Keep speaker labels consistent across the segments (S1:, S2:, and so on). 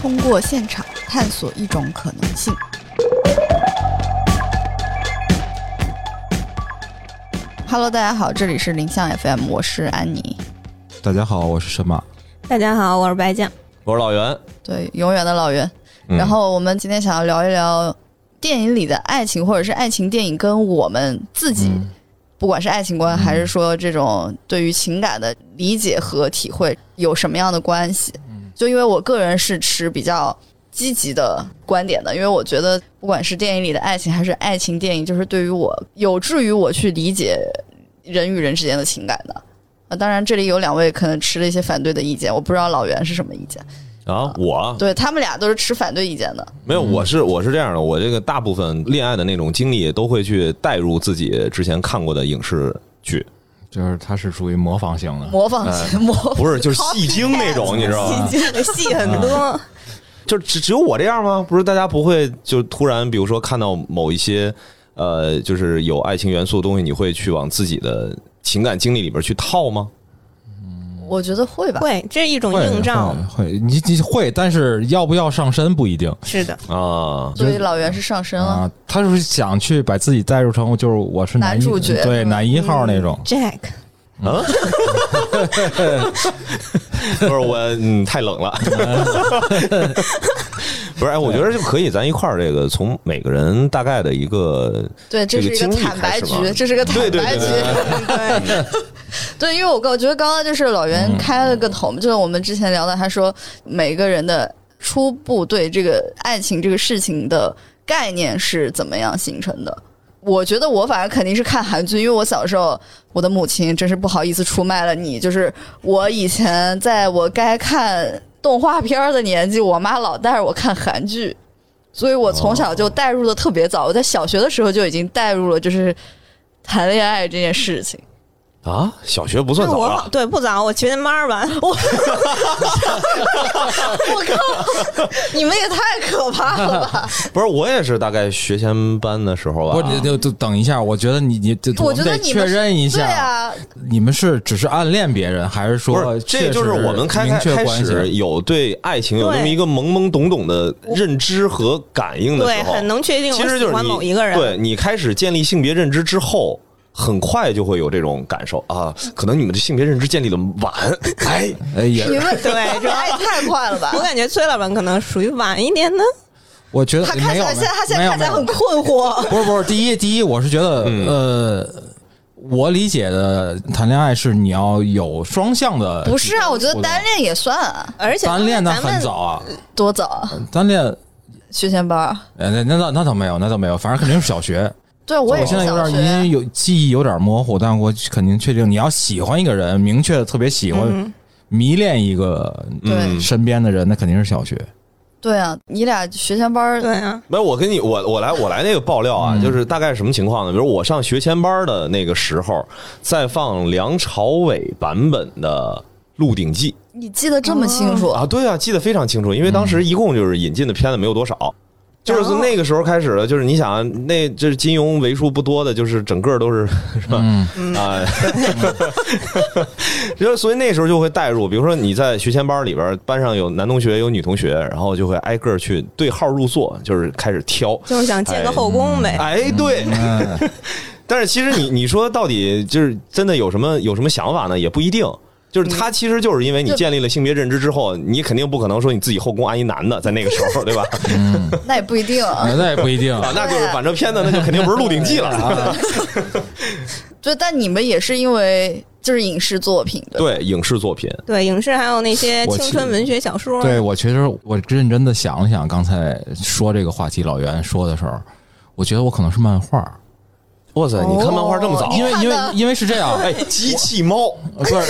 S1: 通过现场探索一种可能性。Hello，大家好，这里是林相 FM，我是安妮。
S2: 大家好，我是神马。
S3: 大家好，我是白酱。
S4: 我是老袁，
S1: 对，永远的老袁。
S2: 嗯
S1: 然后我们今天想要聊一聊电影里的爱情，或者是爱情电影跟我们自己，
S2: 嗯
S1: 不管是爱情观还是说这种对于情感的理解和体会，有什么样的关系？
S2: 嗯
S1: 就因为我个人是持比较积极的观点的，因为我觉得不管是电影里的爱情还是爱情电影，就是对于我有助于我去理解人与人之间的情感的。啊，当然这里有两位可能持了一些反对的意见，我不知道老袁是什么意见。
S4: 啊，我
S1: 对他们俩都是持反对意见的。
S4: 没有，我是我是这样的，我这个大部分恋爱的那种经历都会去带入自己之前看过的影视剧，
S2: 就是他是属于模仿型的，
S1: 模仿型，模仿
S4: 哎 不是就是戏精那种，你知道吗？
S3: 戏很多，
S4: 就只只有我这样吗？不是，大家不会就突然，比如说看到某一些呃，就是有爱情元素的东西，你会去往自己的情感经历里边去套吗？
S1: 我觉得会吧。
S3: 会，这是一种
S2: 会
S3: 映照。
S2: 会会你你会，但是要不要上身不一定
S3: 是的，
S4: 啊，
S1: 所以老袁是上身了，
S2: 啊。他就是想去把自己代入成就是我是
S1: 男
S2: 一
S1: 主角
S2: 对男一号那种。
S3: Jack，
S2: 啊
S4: 嗯， 不是我，嗯，太冷 了。不是，哎，我觉得就可以，咱一块儿这个从每个人大概的一个，
S1: 对，这是
S4: 这
S1: 一
S4: 个
S1: 个
S4: 经历
S1: 坦白
S4: 开始
S1: 局
S4: 吧，
S1: 这是个坦
S4: 对对
S1: 白
S4: 对
S1: 局。
S3: 对，
S1: 对，因为我我觉得刚刚就是老
S4: 嗯
S1: 袁开了个头，就是我们之前聊到，他说每个人的初步对这个爱情这个事情的概念是怎么样形成的。我觉得我反正肯定是看韩剧，因为我小时候，我的母亲真是不好意思出卖了你。就是我以前在我该看动画片儿的年纪，我妈老带着我看韩剧，所以我从小就带入的特别早。我在小学的时候就已经带入了，就是谈恋爱这件事情。
S4: 啊，小学不算
S3: 那
S4: 早
S3: 我
S4: 啊，
S3: 对不早，我全班儿 吧。
S1: 我靠！你们也太可怕了吧！
S4: 不是，我也是大概学前班的时候啊
S2: 不
S4: 吧。
S2: 是，就就等一下，我觉得你你这
S1: 我
S2: 我
S1: 觉
S2: 们
S1: 得
S2: 得
S1: 你们
S2: 确
S1: 是
S2: 认一
S1: 对
S2: 下，
S1: 啊，
S2: 你们是只是暗恋别人，还是
S4: 不
S2: 说
S4: 是，这就是
S2: 确实
S4: 我们开
S2: 明
S4: 开
S2: 确
S4: 开
S2: 关
S4: 始
S2: 系？
S4: 有对爱情有那么
S3: 对
S4: 一个懵懵懂懂的认知和感应的
S3: 对，
S4: 时候，
S3: 很能确定
S4: 其
S3: 我
S4: 实
S3: 喜
S4: 就是
S3: 欢
S4: 你
S3: 某一个人。
S4: 对你开始建立性别认知之后，很快就会有这种感受啊。可能你们的性别认知建立的晚，哎，
S2: 哎也
S1: 你，们
S3: 对主要
S1: 哎太快了吧
S3: 我！感觉崔老板可能属于晚一点的，
S2: 我觉得
S1: 他看
S2: 没
S1: 起
S2: 有
S1: 来现在他现在
S2: 没有
S1: 看起来
S2: 没有
S1: 很困 惑。
S2: 不是不是，第一第一，我是觉得、呃，我理解的谈恋爱是你要有双向的，
S1: 不是啊，我觉得单恋也算啊，
S3: 而且
S2: 单恋那
S3: 咱们
S2: 很早啊，
S1: 多早啊，
S2: 单恋
S1: 学前班儿。
S2: 呃那那倒那倒没有，那倒没有，反正肯定是小学。
S1: 对，我也
S2: 我
S1: 是
S2: 现在有
S1: 小
S2: 点因
S1: 学
S2: 为。有记忆有点模糊，但我肯定确定你要喜欢一个人，明确的特别喜欢、迷恋一个
S1: 嗯对
S2: 身边的人，那肯定是 小学。
S1: 对啊，你俩学前班儿
S3: 对啊，
S4: 没有，我跟你我我来我来那个爆料
S3: 嗯
S4: 啊，就是大概什么情况呢？比如我上学前班的那个时候，在放梁朝伟版本的《鹿鼎记
S1: 你记得这么清》楚，
S3: 嗯
S4: 啊，对啊，记得非常清楚，因为当时一共就是引进的片子没有多少。就是从那个时候开始的，就是你想，啊那这是金庸为数不多的，就是整个都是是吧？
S2: 嗯，
S4: 啊， 然后所以那时候就会带入，比如说你在学前班里边，班上有男同学有女同学，然后就会挨个儿去对号入座，就是开始挑。
S3: 就是想建个后宫呗。
S4: 哎，对，
S2: 嗯
S4: 但是其实你你说到底就是真的有什么有什么想法呢？也不一定。就是他其实就是因为你
S1: 就
S4: 建立了性别认知之后，你肯定不可能说你自己后宫安一男的，在那个时 候，对吧？
S2: 嗯
S1: 那也不一定啊。
S2: 那也不一定。
S4: 啊，那就是反正片子那就肯定不是《鹿鼎记》了。
S2: 啊
S1: 对，但你们也是因为就是影视作品对吧。
S4: 对，影视作品，
S3: 对，影视还有那些
S2: 我
S3: 青春文学小说。
S2: 对我其实我认真的想了想，刚才说这个话题，老袁说的时候，我觉得我可能是漫画，
S4: 哇塞，你看漫画这么早
S1: 哦，
S2: 因为
S1: 看
S2: 因为
S1: 的
S2: 因为是 这样，
S4: 哎，机器猫
S2: 不 是，
S4: 里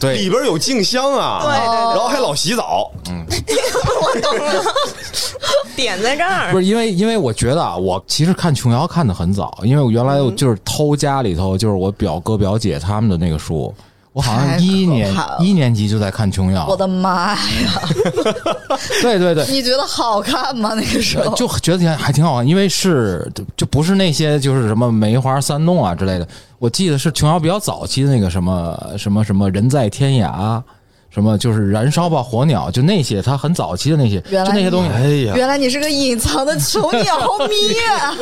S2: 对，
S4: 边有静香啊，
S3: 对对对
S4: 然后还老洗澡，
S3: 我懂了，点在这儿
S2: 不。是因为因为我觉得啊，我其实看琼瑶看的很早，因为我原来
S1: 嗯
S2: 我就是偷家里头就是我表哥表姐他们的那个书，我好
S1: 太
S2: 像
S1: 可
S2: 一年
S1: 怕了
S2: 一年级就在看琼瑶，
S1: 我的妈呀！
S2: 对对对。
S1: 你觉得好看吗？那个时
S2: 呃
S1: 候
S2: 就觉得挺还挺好啊看，因为是就就不是那些就是什么梅花三弄啊之类的。我记得是琼瑶比较早期的那个什么什么什么人在天涯，什么就是燃烧吧火鸟，就那些他很早期的那些，
S1: 原来
S2: 就那些东西。
S4: 哎呀，
S1: 原来你是个隐藏的囚 鸟迷啊，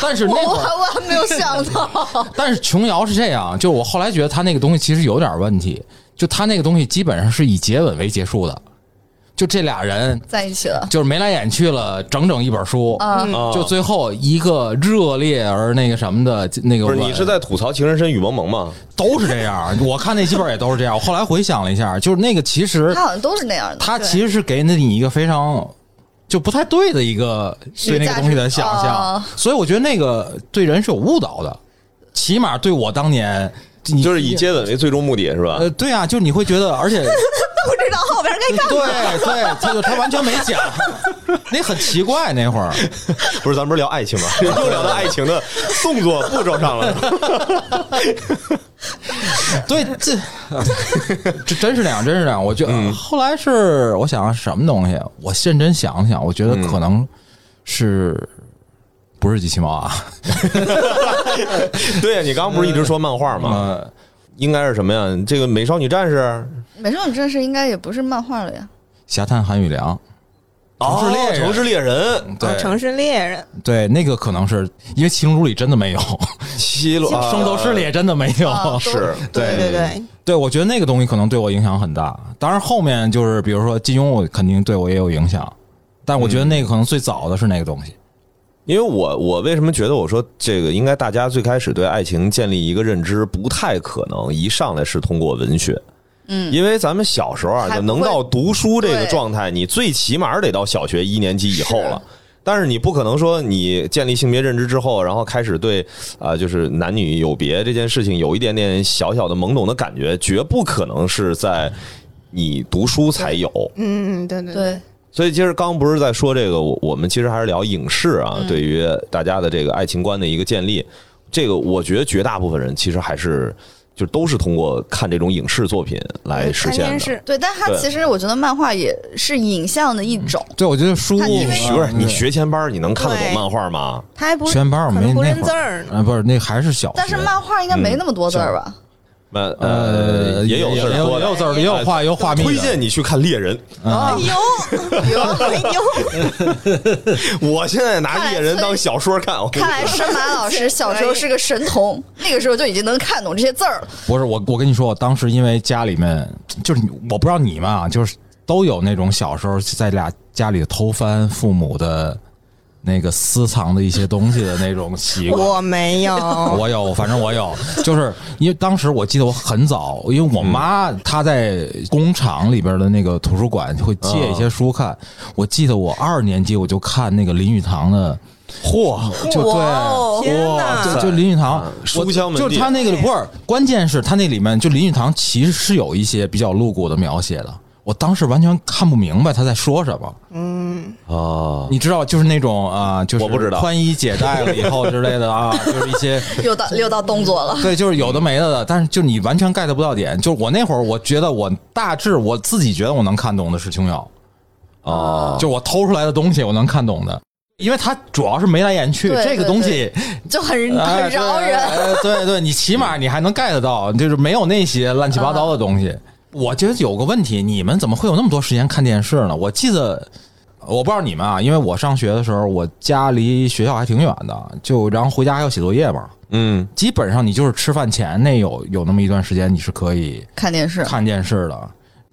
S2: 但是
S1: 我
S2: 那会儿，
S1: 万万没有想 到，
S2: 但是琼瑶是这样，就是我后来觉得他那个东西其实有点问题，就他那个东西基本上是以接吻为结束的，就这俩人
S1: 在一起了
S2: 就是眉来眼去了整整一本书，
S1: 啊！
S4: 啊
S2: 嗯就最后一个热烈而那个什么的那个
S4: 不
S2: 吻，
S4: 是你是在吐槽《情深深雨蒙蒙》吗？
S2: 都是这样。我看那几本也都是这样。我后来回想了一下，就是那个其实
S1: 他好像都是那样的，
S2: 它 其实是给你一个非常就不太对的一个对那个东西的想
S1: 一个价值
S2: 象
S1: 哦，
S2: 所以我觉得那个对人是有误导的，起码对我当年你
S4: 就是以接吻为最终目的是吧？
S2: 呃对啊，就是你会觉得，而且
S1: 不知道后边该干嘛。
S2: 对对，他就他完全没 讲，那很奇怪那会儿。
S4: 不是，咱不是聊爱情吗？ 又聊到爱情的动作步骤上了。
S2: 对， 这这真是那样，真是那样。我觉得、后来是我想什么东西，我认真想了想，我觉得可能是、不是机器猫啊？
S4: 对呀，啊你刚刚不是一直说漫画 吗？
S2: 呃，
S4: 应该是什么呀？这个美少女战士
S1: 美少女战士应该也不是漫画了呀，
S2: 侠探韩雨良，
S4: 哦
S2: 城市猎人
S4: 城市猎嗯人，
S1: 啊
S2: 对、
S3: 哦城市猎人，
S2: 对，那个可能是因为情如里真 的没有，
S4: 七龙
S2: 嗯圣斗士里也真的没有。
S1: 啊
S4: 是
S1: 都
S3: 对对对，
S2: 对，我觉得那个东西可能对我影响很大。当然后面就是比如说金庸，我肯定对我也有影响，但我觉得那个可能最早的是那个东西。
S4: 因为我我为什么觉得我说这个应该大家最开始对爱情建立一个认知不太可能一上来是通过文学，嗯，因为咱们小时候啊，
S1: 还
S4: 就
S1: 不
S4: 能到读书这个
S1: 对
S4: 状态，你最起码得到小学一年级以后
S1: 是
S4: 了。但是你不可能说你建立性别认知之后，然后开始对啊、就是男女有别这件事情有一点点小小的懵懂的感觉，绝不可能是在你读书才有。
S3: 嗯嗯对对，
S1: 对，
S4: 所以其实刚不是在说这个，我我们其实还是聊影视啊，对于大家的这个爱情观的一个建立，这个我觉得绝大部分人其实还是就都是通过看这种影视作品来实
S3: 看
S4: 现
S3: 电
S4: 哎的。
S3: 视，
S1: 对，但它
S4: 对
S1: 其实我觉得漫画也是影像的一种，
S2: 对，我觉得书，
S1: 看
S4: 你
S1: 因为
S4: 学
S2: 嗯
S4: 不是你学前班，你能看得懂
S3: 对
S4: 漫画吗？
S3: 他还不
S2: 全班我
S3: 可
S2: 没
S3: 能不
S2: 那
S3: 认
S2: 会
S3: 字儿呢。
S2: 呃，不是，那还是小学。
S1: 但是漫画应该
S2: 嗯
S1: 没那么多字儿
S2: 啊
S1: 吧？
S4: 那
S2: 呃
S4: 也有
S2: 也
S4: 事儿
S2: 有
S4: 说
S2: 也
S4: 的
S2: 有字儿，也有画，也有画面。嗯
S4: 推荐你去看《猎人
S3: 哎呦，哎呦，哎呦，》，
S4: 我现在拿《猎人》当小说看。我跟你
S1: 看
S4: 说
S1: 来深马老 师小时候是个神童，那个时候就已经能看懂这些字 儿了。
S2: 不是我，我跟你说，我当时因为家里面就是你我不知道你们啊，就是都有那种小时候在俩家里偷翻父母的那个私藏的一些东西的那种习惯。
S3: 我没有，
S2: 我有，反正我有，就是因为当时我记得我很早，因为我妈她在工厂里边的那个图书馆会借一
S3: 嗯
S2: 些书看。我记得我二年级我就看那个林语堂的，嚯，就对，
S1: 哇哦
S3: 天哪
S2: 就就林语堂
S4: 啊，
S2: 我
S4: 书香门第
S2: 就是他那个不是，关键是他那里面就林语堂其实是有一些比较露骨的描写的。我当时完全看不明白他在说什么，
S4: 啊，
S2: 你知道，就是那种啊、就是
S4: 我不知道
S2: 宽衣解带了以后之类的啊，就是一些
S1: 又到又到动作了，
S2: 对，就是有的没的的，但是就你完全 get 不到点。就是我那会儿，我觉得我大致我自己觉得我能看懂的是琼瑶，
S4: 哦，
S2: 就我偷出来的东西我能看懂的，因为它主要是眉来眼去，
S1: 对
S2: 这个
S1: 对
S2: 东西
S1: 就很很
S2: 哎对
S1: 饶人。
S2: 哎对对，你起码你还能 get 到，就是没有那些乱七八糟的东西。嗯我觉得有个问题，你们怎么会有那么多时间看电视呢？我记得，我不知道你们啊，因为我上学的时候，我家离学校还挺远的，就然后回家还要写作业嘛。
S4: 嗯，
S2: 基本上你就是吃饭前那有有那么一段时间你是可以
S1: 看电视，
S2: 看电视的。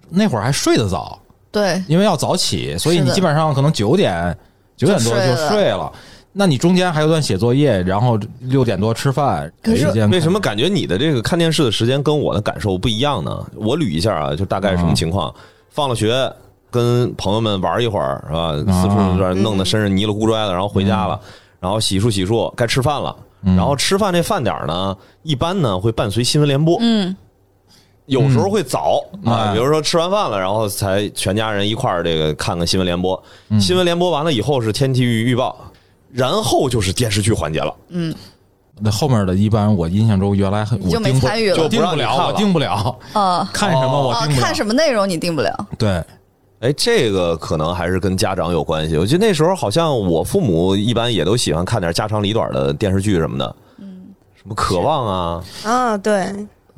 S2: 那会儿还睡得早，
S1: 对，
S2: 因为要早起，所以
S1: 是
S2: 你
S1: 的
S2: 基本上可能九点九点多
S1: 就睡
S2: 就
S1: 了
S2: 睡了。那你中间还有段写作业，然后六点多吃饭，哎
S1: 可是
S2: 时间
S4: 嗯为什么感觉你的这个看电视的时间跟我的感受不一样呢？我捋一下啊，就大概是什么情况？放了学跟朋友们玩一会儿是吧？
S2: 啊嗯
S4: 四处有
S1: 嗯
S4: 点弄得身上泥了咕拽的，然后回家了，然后洗漱洗漱，该吃饭了。然后吃饭这饭点儿呢，一般呢会伴随新闻联播，
S1: 嗯，
S4: 有时候会早啊，
S2: 哎
S4: 比如说吃完饭了，然后才全家人一块儿这个看看新闻联播。新闻联播完了以后是天气预预报，然后就是电视剧环节了。
S2: 那后面的一般我印象中原来很
S1: 你就
S2: 我
S1: 没
S2: 盯不
S1: 参与了
S2: 我盯
S4: 就不让
S2: 不
S4: 你
S2: 了，
S4: 看
S2: 我
S4: 了哦
S2: 盯不了，
S1: 啊
S2: 看什么我
S1: 啊，
S2: 哦盯不了。
S1: 看什么内容你定不了，
S2: 对，
S4: 哎，这个可能还是跟家长有关系。我记得那时候好像我父母一般也都喜欢看点家长里短的电视剧什么的，嗯，什么渴望啊，
S3: 啊，对，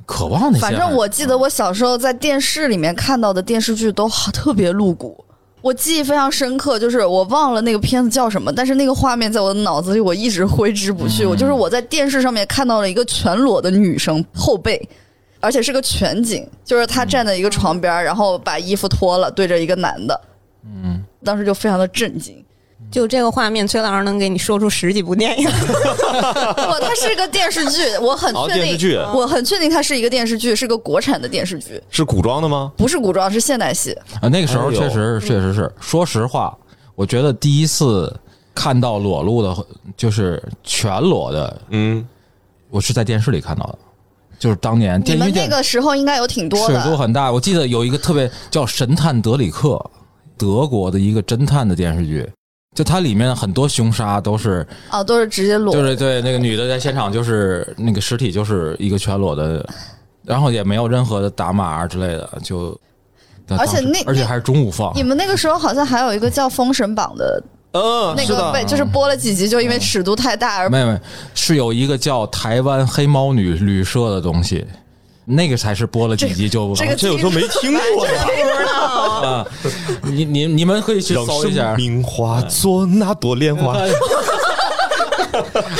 S2: 渴望那些。
S1: 反正我记
S4: 嗯
S1: 得我小时候在电视里面看到的电视剧都好特别露骨，我记忆非常深刻，就是我忘了那个片子叫什么，但是那个画面在我的脑子里我一直挥之不
S4: 嗯
S1: 去。我就是我在电视上面看到了一个全裸的女生后背。而且是个全景，就是她站在一个床边儿，
S4: 嗯
S1: 然后把衣服脱了，对着一个男的，
S2: 嗯，
S1: 当时就非常的震惊。
S3: 就这个画面，崔老师能给你说出十几 部电影。
S1: 不，它是一个电视 剧，我很
S4: 哦，
S1: 确
S4: 电视
S1: 定，
S4: 剧
S1: 我很确定它是一个电视剧，是个国产的电视剧，
S4: 是古装的吗？
S1: 不是古装，是现代戏。
S2: 啊，那个时候
S4: 哎呦
S2: 确
S1: 嗯
S2: 实是确实是。说实话，我觉得第一次看到裸露的，就是全裸的，
S4: 嗯，
S2: 我是在电视里看到的，就是当年
S1: 你
S2: 电
S1: 们
S2: 因为
S1: 那
S2: 电
S1: 个时候应该有挺多
S2: 尺度
S1: 的，
S2: 很大。我记得有一个特别叫《神探德里克》，德国的一个侦探的电视剧，就它里面很多凶杀都是，
S1: 啊，都是直接裸。
S2: 就是对那个女的在现场就是那个尸体就是一个全裸的，然后也没有任何的打码啊之类的，就。
S1: 而且那
S2: 而且还是中午放，
S1: 你们那个时候好像还有一个叫《封神榜》的
S4: 嗯，
S1: 那
S4: 是
S1: 个
S4: 的
S1: 被，就是播了几集，就因为尺度太大而
S2: 没有没有，是有一个叫台湾黑猫女旅社的东西，那个才是播了几集就
S1: 这个
S4: 这我都没听过 呀。
S1: 哎
S2: 啊， 你你你们可以去
S4: 让
S2: 搜一下
S4: 生命化作那朵莲花。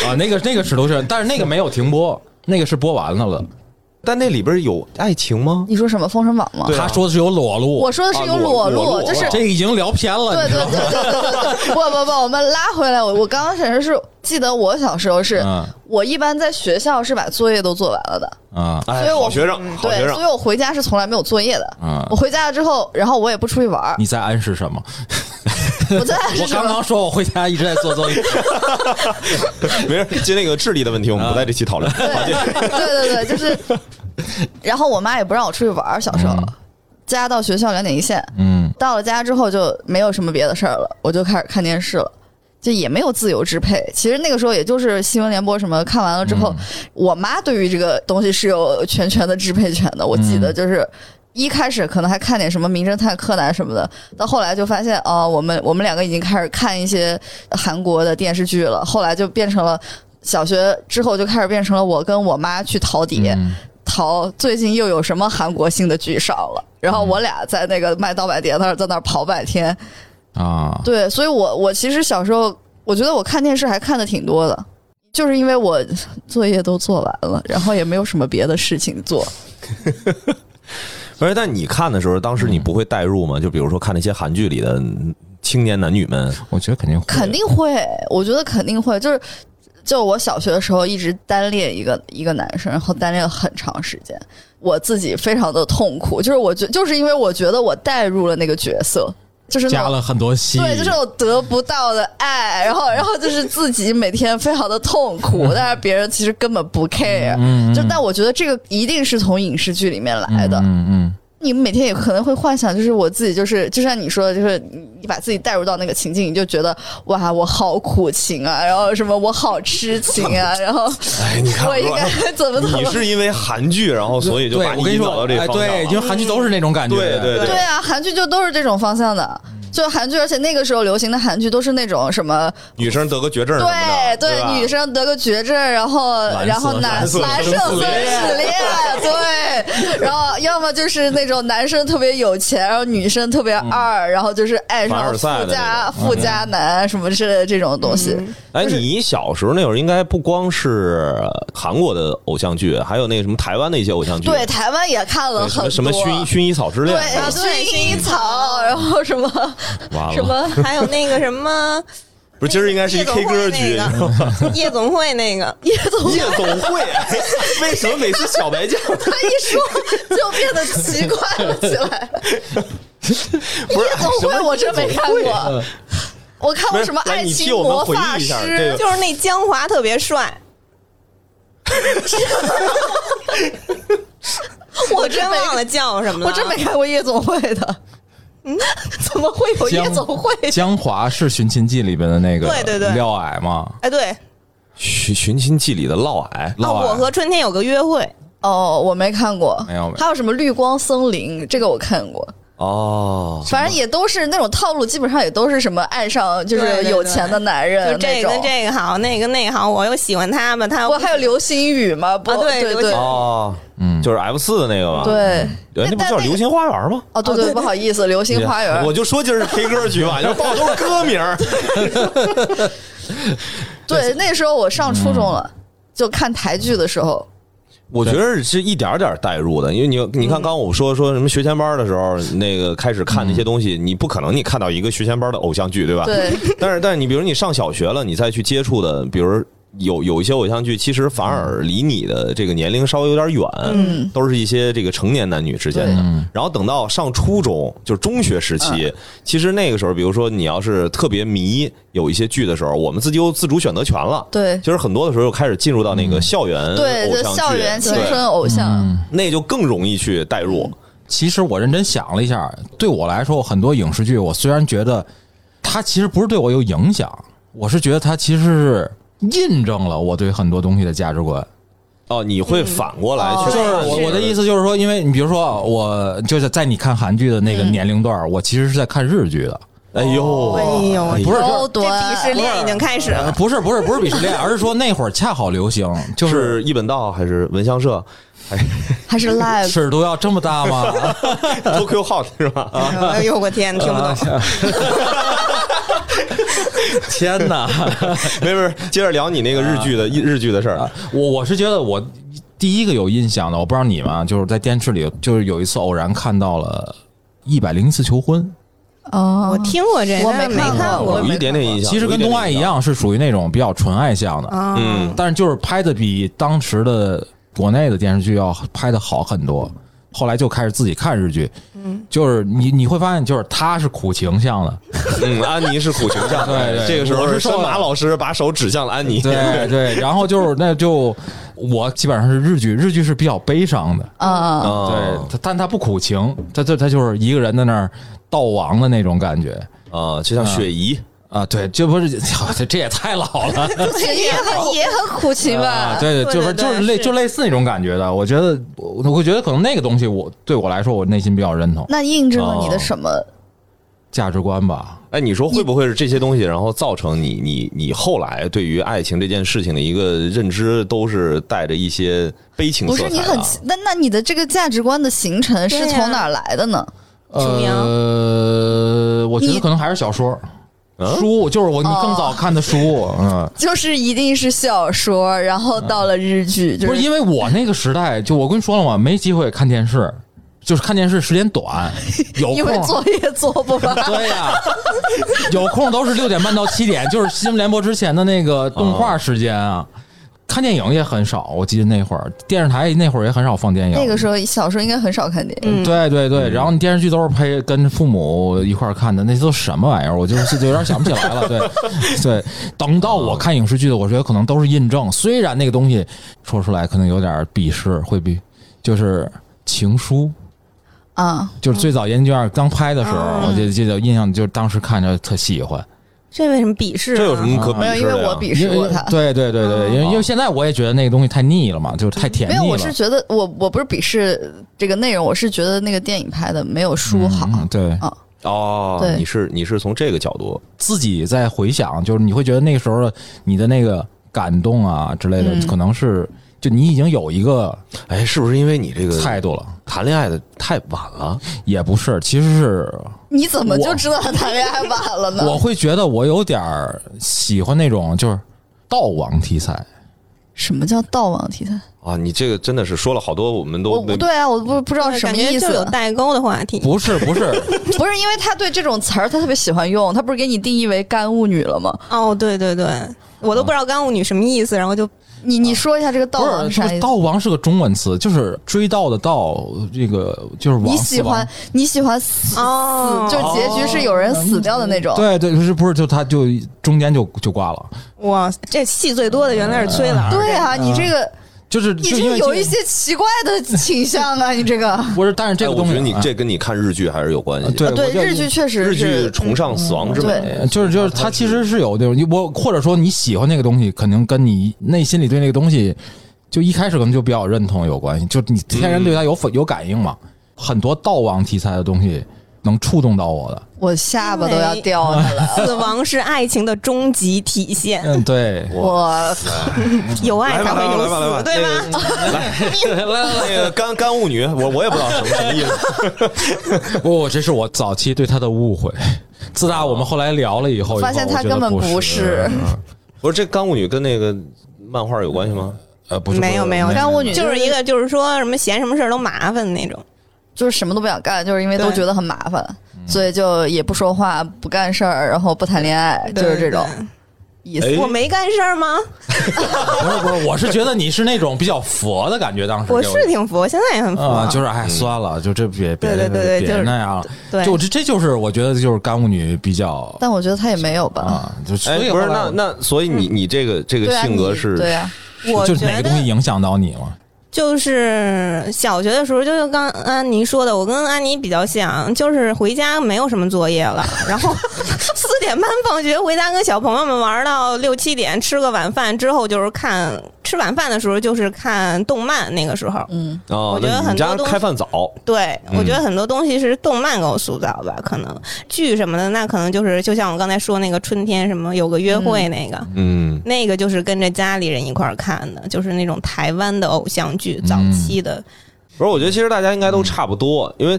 S2: 啊，那个那个尺度是，但是那个没有停播，那个是播完了的。
S4: 但那里边有爱情吗？
S1: 你说什么《封神榜》吗？
S4: 对啊
S2: 他说的是有裸露，
S1: 我说的是有
S4: 啊裸裸
S1: 露，
S4: 露
S1: 就是
S2: 这个已经聊偏了，
S1: 对
S2: 你知
S1: 对
S2: 道吗
S1: 对对对对，不不不，我们拉回来。我我刚刚想说是，记得我小时候是，
S2: 嗯
S1: 我一般在学校是把作业都做完了的，
S2: 啊
S4: 哎
S1: 所以我
S4: 好学生，
S1: 嗯
S4: 好
S1: 对，
S4: 学
S1: 所以
S4: 生。嗯
S1: 我回家是从来没有作业的。
S2: 啊
S1: 我！回家了之后，然后我也不出去玩儿，
S2: 你在暗示什么？
S1: 我在暗示
S2: 我
S1: 什
S2: 刚
S1: 么？
S2: 刚说我回家一直在做 作业，
S4: 没事，就那个智力的问题，我们不在这期讨论。
S2: 啊
S1: 对对对，就是。然后我妈也不让我出去玩儿，小时候，家到学校两点一线，
S2: 嗯
S1: 到了家之后就没有什么别的事儿了，我就开始看电视了。就也没有自由支配，其实那个时候也就是新闻联播什么看完了之
S2: 嗯
S1: 后，我妈对于这个东西是有全权的支配权的。我记得就是一开始可能还看点什么《名侦探柯南》什么的，到后来就发现哦，我们我们两个已经开始看一些韩国的电视剧了，后来就变成了小学之后就开始变成了我跟我妈去淘碟，
S2: 嗯
S1: 淘最近又有什么韩国新的剧上了，然后我俩在那个卖盗版碟那儿在那儿跑半天。
S2: 啊，
S1: 对，所以我我其实小时候，我觉得我看电视还看的挺多的，就是因为我作业都做完了，然后也没有什么别的事情做。
S4: 而且，但你看的时候，当时你不会代入
S2: 嗯
S4: 吗？就比如说看那些韩剧里的青年男女们，
S2: 我觉得肯定会
S1: 肯定会，我觉得肯定会，就是。就我小学的时候一直单恋一个一个男生，然后单恋了很长时间，我自己非常的痛苦，就是我觉就是因为我觉得我带入了那个角色，就是那
S2: 加
S1: 种
S2: 了很多戏，
S1: 对，就是我得不到的爱，然后然后就是自己每天非常的痛
S4: 嗯
S1: 苦，但是别人其实根本不 care，、就但我觉得这个一定是从影视剧里面来的。
S2: 嗯嗯
S1: 你们每天也可能会幻想，就是我自己就是就像你说的，就是你你把自己带入到那个情境，你就觉得哇，我好苦情啊，然后什么我好痴情 啊，然后
S4: 哎，你看
S1: 我应该 怎么怎么
S4: 你。是因为韩剧，然后
S2: 嗯，
S4: 所以就
S2: 对
S4: 把
S2: 我跟
S4: 引
S2: 你
S4: 导
S2: 说，
S4: 到这
S2: 哎，
S4: 方向
S2: 对，
S4: 了。
S2: 因为韩剧都是那种感觉，
S4: 对对嗯
S1: 对啊，韩剧就都是这种方向的，就韩剧，而且那个时候流行的韩剧都是那种什么
S4: 女生得个绝症什么
S1: 对
S4: 的，对吧，
S1: 女生得个绝症，然后
S2: 蓝色
S1: 然后男
S2: 蓝色
S1: 蓝色
S2: 生
S1: 死
S2: 死
S1: 恋，对，然后要么就是那种男生特别有钱，然后女生特别二，然后就是爱上
S4: 凡
S1: 了
S4: 尔赛
S1: 富
S4: 的嗯
S1: 家富家男什么之类的这种东西。
S4: 哎，你小时候那会儿应该不光是韩国的偶像剧，还有那个什么台湾的一些偶像剧，
S1: 对，台湾也看了
S4: 对什
S1: 很多
S4: 么什么薰衣薰衣草之
S1: 对
S4: 恋，
S1: 薰衣草，然后什么
S4: 完
S1: 什
S4: 了，
S1: 么。
S3: 还有那个 什么
S4: 不是今儿应该是一
S3: 夜总
S4: K 歌
S3: 会
S4: 局，
S3: 那个夜总会那个，
S1: 叶总，
S4: 夜总会， 为什么每次小白酱
S1: 他一说就变得奇怪了起来。
S4: 不是
S1: 夜总会我真没看过，我看
S4: 不
S1: 过
S4: 是
S1: 什么
S4: 来
S1: 爱
S4: 你替
S1: 情
S4: 我们
S1: 魔
S4: 回忆
S1: 法
S4: 一
S1: 师
S4: 下这个，
S3: 就是那江华特别帅，
S1: 我
S3: 我
S1: 真
S3: 真
S1: 没
S3: 忘了叫什么了，
S1: 我真没看过夜总会的。嗯， 怎么会有夜总会？
S2: 江华是《寻秦记》里边的那个，
S3: 对对对
S2: 廖矮嘛，
S3: 哎，对，
S4: 寻寻秦记里的嫪毐，
S3: 啊
S2: 嫪毐
S3: 我和春天有个约会，
S1: 哦，我没看过。
S2: 没有没有
S1: 还有什么绿光森林？这个我看过。
S4: 啊哦，
S1: 反正也都是那种套路，基本上也都是什么爱上就
S3: 对
S1: 是
S3: 对
S1: 有钱的男人
S3: 就这个
S1: 呃那
S3: 跟
S1: 种。
S3: 这个好，那个跟那个好，我又喜欢他们，他又
S1: 不还有流星雨吗？不，
S3: 啊对
S1: 对
S3: 流
S1: 对
S3: 星
S4: 哦，
S2: 嗯
S4: 就是 F 四的那个吧？
S1: 对，
S4: 对，那不
S1: 但
S4: 叫
S1: 那个
S4: 流星花园吗？
S1: 哦对对，不好意思，流星花园
S4: 我。就说今儿是 K 歌曲吧，就报都是歌名儿。
S1: 对，那时候我上初中了，就看台剧的时候，
S4: 我觉得是一点儿点儿代入的，因为你你
S1: 嗯
S4: 看，刚刚我说说什么学前班的时候，那个开始看那些东西，你不可能你看到一个学前班的偶像剧，对吧？
S1: 对，
S4: 但是但是你比如你上小学了，你再去接触的，比如有有一些偶像剧，其实反而离你的这个年龄稍微有点远，
S1: 嗯
S4: 都是一些这个成年男女之间的。
S2: 嗯
S4: 然后等到上初中，就是中学时期，
S1: 嗯
S4: 其实那个时候，比如说你要是特别迷有一些剧的时候，我们自己有自主选择权了。
S1: 对
S4: 其实很多的时候又开始进入到那个校园
S1: 对，
S4: 偶
S1: 就
S4: 像剧
S1: 校园青
S4: 对
S1: 春嗯偶像，
S2: 嗯，
S4: 那就更容易去代入。
S2: 其实我认真想了一下，对我来说，很多影视剧，我虽然觉得它其实不是对我有影响，我是觉得它其实是印证了我对很多东西的价值观。
S4: 哦，你会反过来
S1: 哦
S4: 去
S2: 就是
S4: 看，
S2: 我我的意思就是说，因为你比如说，我就是在你看韩剧的那个年龄段，我其实是在看日剧的，
S4: 哎呦，
S1: 哦
S3: 哎呦
S4: 哎
S2: 不是
S1: 高
S3: 这鄙视
S1: 端。
S3: 链已经开始
S2: 呃
S3: 了。
S2: 不是不是不是鄙视链，而是说那会儿恰好流行，就是
S4: 一本道还是文香社
S1: 还是 live
S2: 尺度要这么大吗？
S4: ？Tokyo Hot 是吧？啊，
S3: 哎呦我天，听不懂。
S1: 啊
S2: 天哪！
S4: 没事，接着聊你那个日剧的日剧的事儿。啊
S2: 我我是觉得我第一个有印象的，我不知道你们啊，就是在电视里，就是有一次偶然看到了《一百零一次求婚
S1: 哦，
S3: 我听过这，
S1: 我
S3: 但是
S1: 没
S3: 没
S1: 看
S3: 看
S1: 过
S3: 过
S1: 啊我
S4: 有一点点印》，象，
S2: 其实跟
S4: 有
S2: 东
S4: 点
S2: 爱
S4: 点
S2: 一
S4: 印象，
S2: 样，是属于那种比较纯爱向的，
S3: 啊。
S4: 嗯，
S2: 但是就是拍的比当时的国内的电视剧要拍的好很多。后来就开始自己看日剧，嗯，就是你你会发现，就是他是苦情向的，
S4: 嗯，安妮是苦情向
S2: 对对
S4: 这个时候
S2: 我是
S4: 山
S2: 受
S4: 马
S2: 了
S4: 老师把手指向了安妮，啊
S2: 对对，然后就是那就我基本上是日剧，日剧是比较悲伤的，
S1: 啊，
S4: 啊
S2: 对，他但他不苦情，他这他就是一个人在那儿悼亡的那种感觉
S4: 啊，就像雪姨，
S2: 啊，对，这不是 这这也太老了，
S1: 也很 也很苦情吧
S2: 啊？对
S3: 对
S2: 就是
S3: 对
S2: 就是类
S3: 是
S2: 就类似那种感觉的，我觉得我我觉得可能那个东西我对我来说我内心比较认同
S1: 那印证了你
S2: 哦
S1: 的什么？
S2: 价值观吧，
S4: 哎，你说会不会是这些东西，然后造成你你你后来对于爱情这件事情的一个认知，都是带着一些悲情
S1: 不
S4: 色彩、
S1: 是你
S4: 啊？
S1: 很那那你的这个价值观的形成是
S3: 对呀
S1: 从哪儿来的
S2: 啊
S1: 呢？
S3: 琼瑶
S2: 呃，我觉
S1: 你
S2: 得可能还是小说。
S4: 嗯
S2: 书就是我，你更早看的书，
S1: 哦
S2: 嗯，
S1: 就是一定是小说，然后到了日剧， 就
S2: 嗯不是因为我那个时代，就我跟你说了嘛，没机会看电视，就是看电视时间短，有 空。
S1: 因为作业做不完
S2: 对呀、有空都是六点半到七点，就是新闻联播之前的那个动画时间啊。看电影也很少，我记得那会儿电视台那会儿也很少放电影。
S1: 那个时候小时候应该很少看电影，
S3: 嗯
S2: 对对对，然后你电视剧都是陪跟父母一块儿看的，那都什么玩意儿？我就是就有点想不起来 了。对对，等到我看影视剧的，我觉得可能都是印证。虽然那个东西说出来可能有点鄙视，会比就是情书，
S1: 啊，
S2: 就是最早研究院刚拍的时候，
S3: 嗯
S2: 我就记得印象就是当时看着特喜欢。
S3: 这为什么鄙视啊？
S4: 这有什么可鄙视
S1: 没有，
S4: 的呀？
S1: 因为我鄙视
S2: 啊因
S1: 过
S2: 为
S1: 他。
S2: 对对对对，因为因为现在我也觉得那个东西太腻了嘛，就是太甜
S1: 哦嗯没
S2: 腻
S1: 有，
S2: 了。
S1: 我是觉得我我不是鄙视这个内容，我是觉得那个电影拍的没有书好。
S2: 嗯对
S1: 啊
S4: 哦
S1: 对，
S4: 你是你是从这个角度，
S2: 自己在回想，就是你会觉得那个时候你的那个感动啊之类的，
S1: 嗯
S2: 可能是就你已经有一个
S4: 哎，是不是因为你这个
S2: 态度了，
S4: 谈恋爱的太晚了？
S2: 也不是，其实是
S1: 你怎么就知道谈恋爱晚了呢？
S2: 我会觉得我有点儿喜欢那种就是悼亡题材，
S1: 什么叫悼亡题材？
S4: 啊，你这个真的是说了好多，我们都哎
S1: 我不对啊，我不不知道是什
S3: 感
S1: 么
S3: 觉
S1: 意
S3: 就有
S1: 思。
S3: 代沟的话题。
S2: 不是 不是，
S1: 不是因为他对这种词儿他特别喜欢用，他不是给你定义为干物女了吗？
S3: 哦，对对对，我都不知道干物女什么意思，然后就
S1: 你你说一下这个悼亡
S2: 不
S1: 是
S2: 是
S1: 啥意思？
S2: 悼亡是个中文词，就是追悼的悼，这个就是亡
S1: 你喜
S2: 死亡
S1: 欢你喜欢死
S3: 哦
S1: 死，就结局是有人死掉的那种。
S2: 对对，是不是就他就中间就就挂了？
S3: 哇，这戏最多的原来是崔老。
S1: 对啊，你这个
S2: 就是
S1: 你
S2: 就
S1: 这
S2: 因
S1: 个
S2: 为
S1: 有
S2: 这
S1: 一些奇怪的倾向啊，你这个。
S2: 不是，但是这
S4: 哎
S2: 个
S4: 我
S2: 东
S4: 觉
S2: 西
S4: 得你
S2: 啊
S4: 这跟你看日剧还是有关系。啊
S2: 对
S1: 对
S2: 我就
S1: 日剧确实
S4: 日
S1: 是
S4: 剧崇尚死亡之美
S1: 对，
S2: 哎就是就是，它其实是有那种你我或者说你喜欢那个东西，肯定跟你内心里对那个东西，就一开始可能就比较认同有关系，就你天然对它有反有感应嘛。很多悼亡题材的东西，能触动到我的。
S1: 我下巴都要掉下来了。
S3: 死亡是爱情的终极体现，
S2: 嗯，对，
S1: 我
S3: 有爱
S4: 来
S3: 才
S4: 吧
S3: 会
S4: 来
S3: 哎
S4: 吧
S3: 有
S4: 来吧来吧，
S3: 死，对吧？
S4: 那个来来来，那个干干物女，我我也不知道什么什么意思。
S2: 不，我这是我早期对他的误会。自打我们后来聊了以后，
S1: 发现
S2: 以后
S1: 他
S2: 我觉
S1: 根
S2: 得
S1: 本不
S2: 不
S1: 是
S2: 嗯
S4: 不是这干物女跟那个漫画有关系吗？
S2: 呃，不是，
S3: 没有
S2: 不是
S3: 没有
S1: 干物女
S3: 就是一个就是说什么嫌什么事儿都麻烦那种。
S1: 就是什么都不想干，就是因为都觉得很麻烦，所以就也不说话、不干事儿，然后不谈恋爱，就是这种意思。
S4: 哎
S3: 我没干事儿吗？
S2: 不是不是，我是觉得你是那种比较佛的感觉，当时
S3: 我
S2: 给
S3: 是挺佛，现在也很 佛。
S2: 啊、就是哎，算了，就这别别
S3: 嗯对对对对就
S2: 别
S3: 是
S2: 那样了。
S3: 对
S2: 就这这就是我觉得就是干物女比较
S1: 但我觉得他也没有吧，
S2: 啊，就所
S4: 哎，
S2: 以
S4: 不是，
S2: 后来
S4: 那那所以你你这个这个
S1: 对啊，
S4: 性格
S1: 你
S4: 是
S1: 对啊，
S3: 我
S2: 就
S3: 觉
S2: 是哪个
S3: 得
S2: 东西影响到你了？
S3: 就是小学的时候，就是刚安妮说的，我跟安妮比较像，就是回家没有什么作业了，然后四点半放学回家跟小朋友们玩到六七点，吃个晚饭之后就是看吃晚饭的时候就是看动漫，那个时候。
S1: 嗯，
S4: 哦
S3: 我，觉得
S4: 那你
S3: 很
S4: 们
S3: 多
S4: 家
S3: 东西
S4: 开饭早，
S3: 对，
S4: 嗯
S3: 我觉得很多东西是动漫给我塑造吧，可能剧什么的，那可能就是就像我刚才说那个春天什么有个约会那个，
S4: 嗯，
S3: 那个就是跟着家里人一块儿看的，就是那种台湾的偶像剧，早期的，
S4: 不是，我觉得其实大家应该
S1: 嗯
S4: 都差不多，因为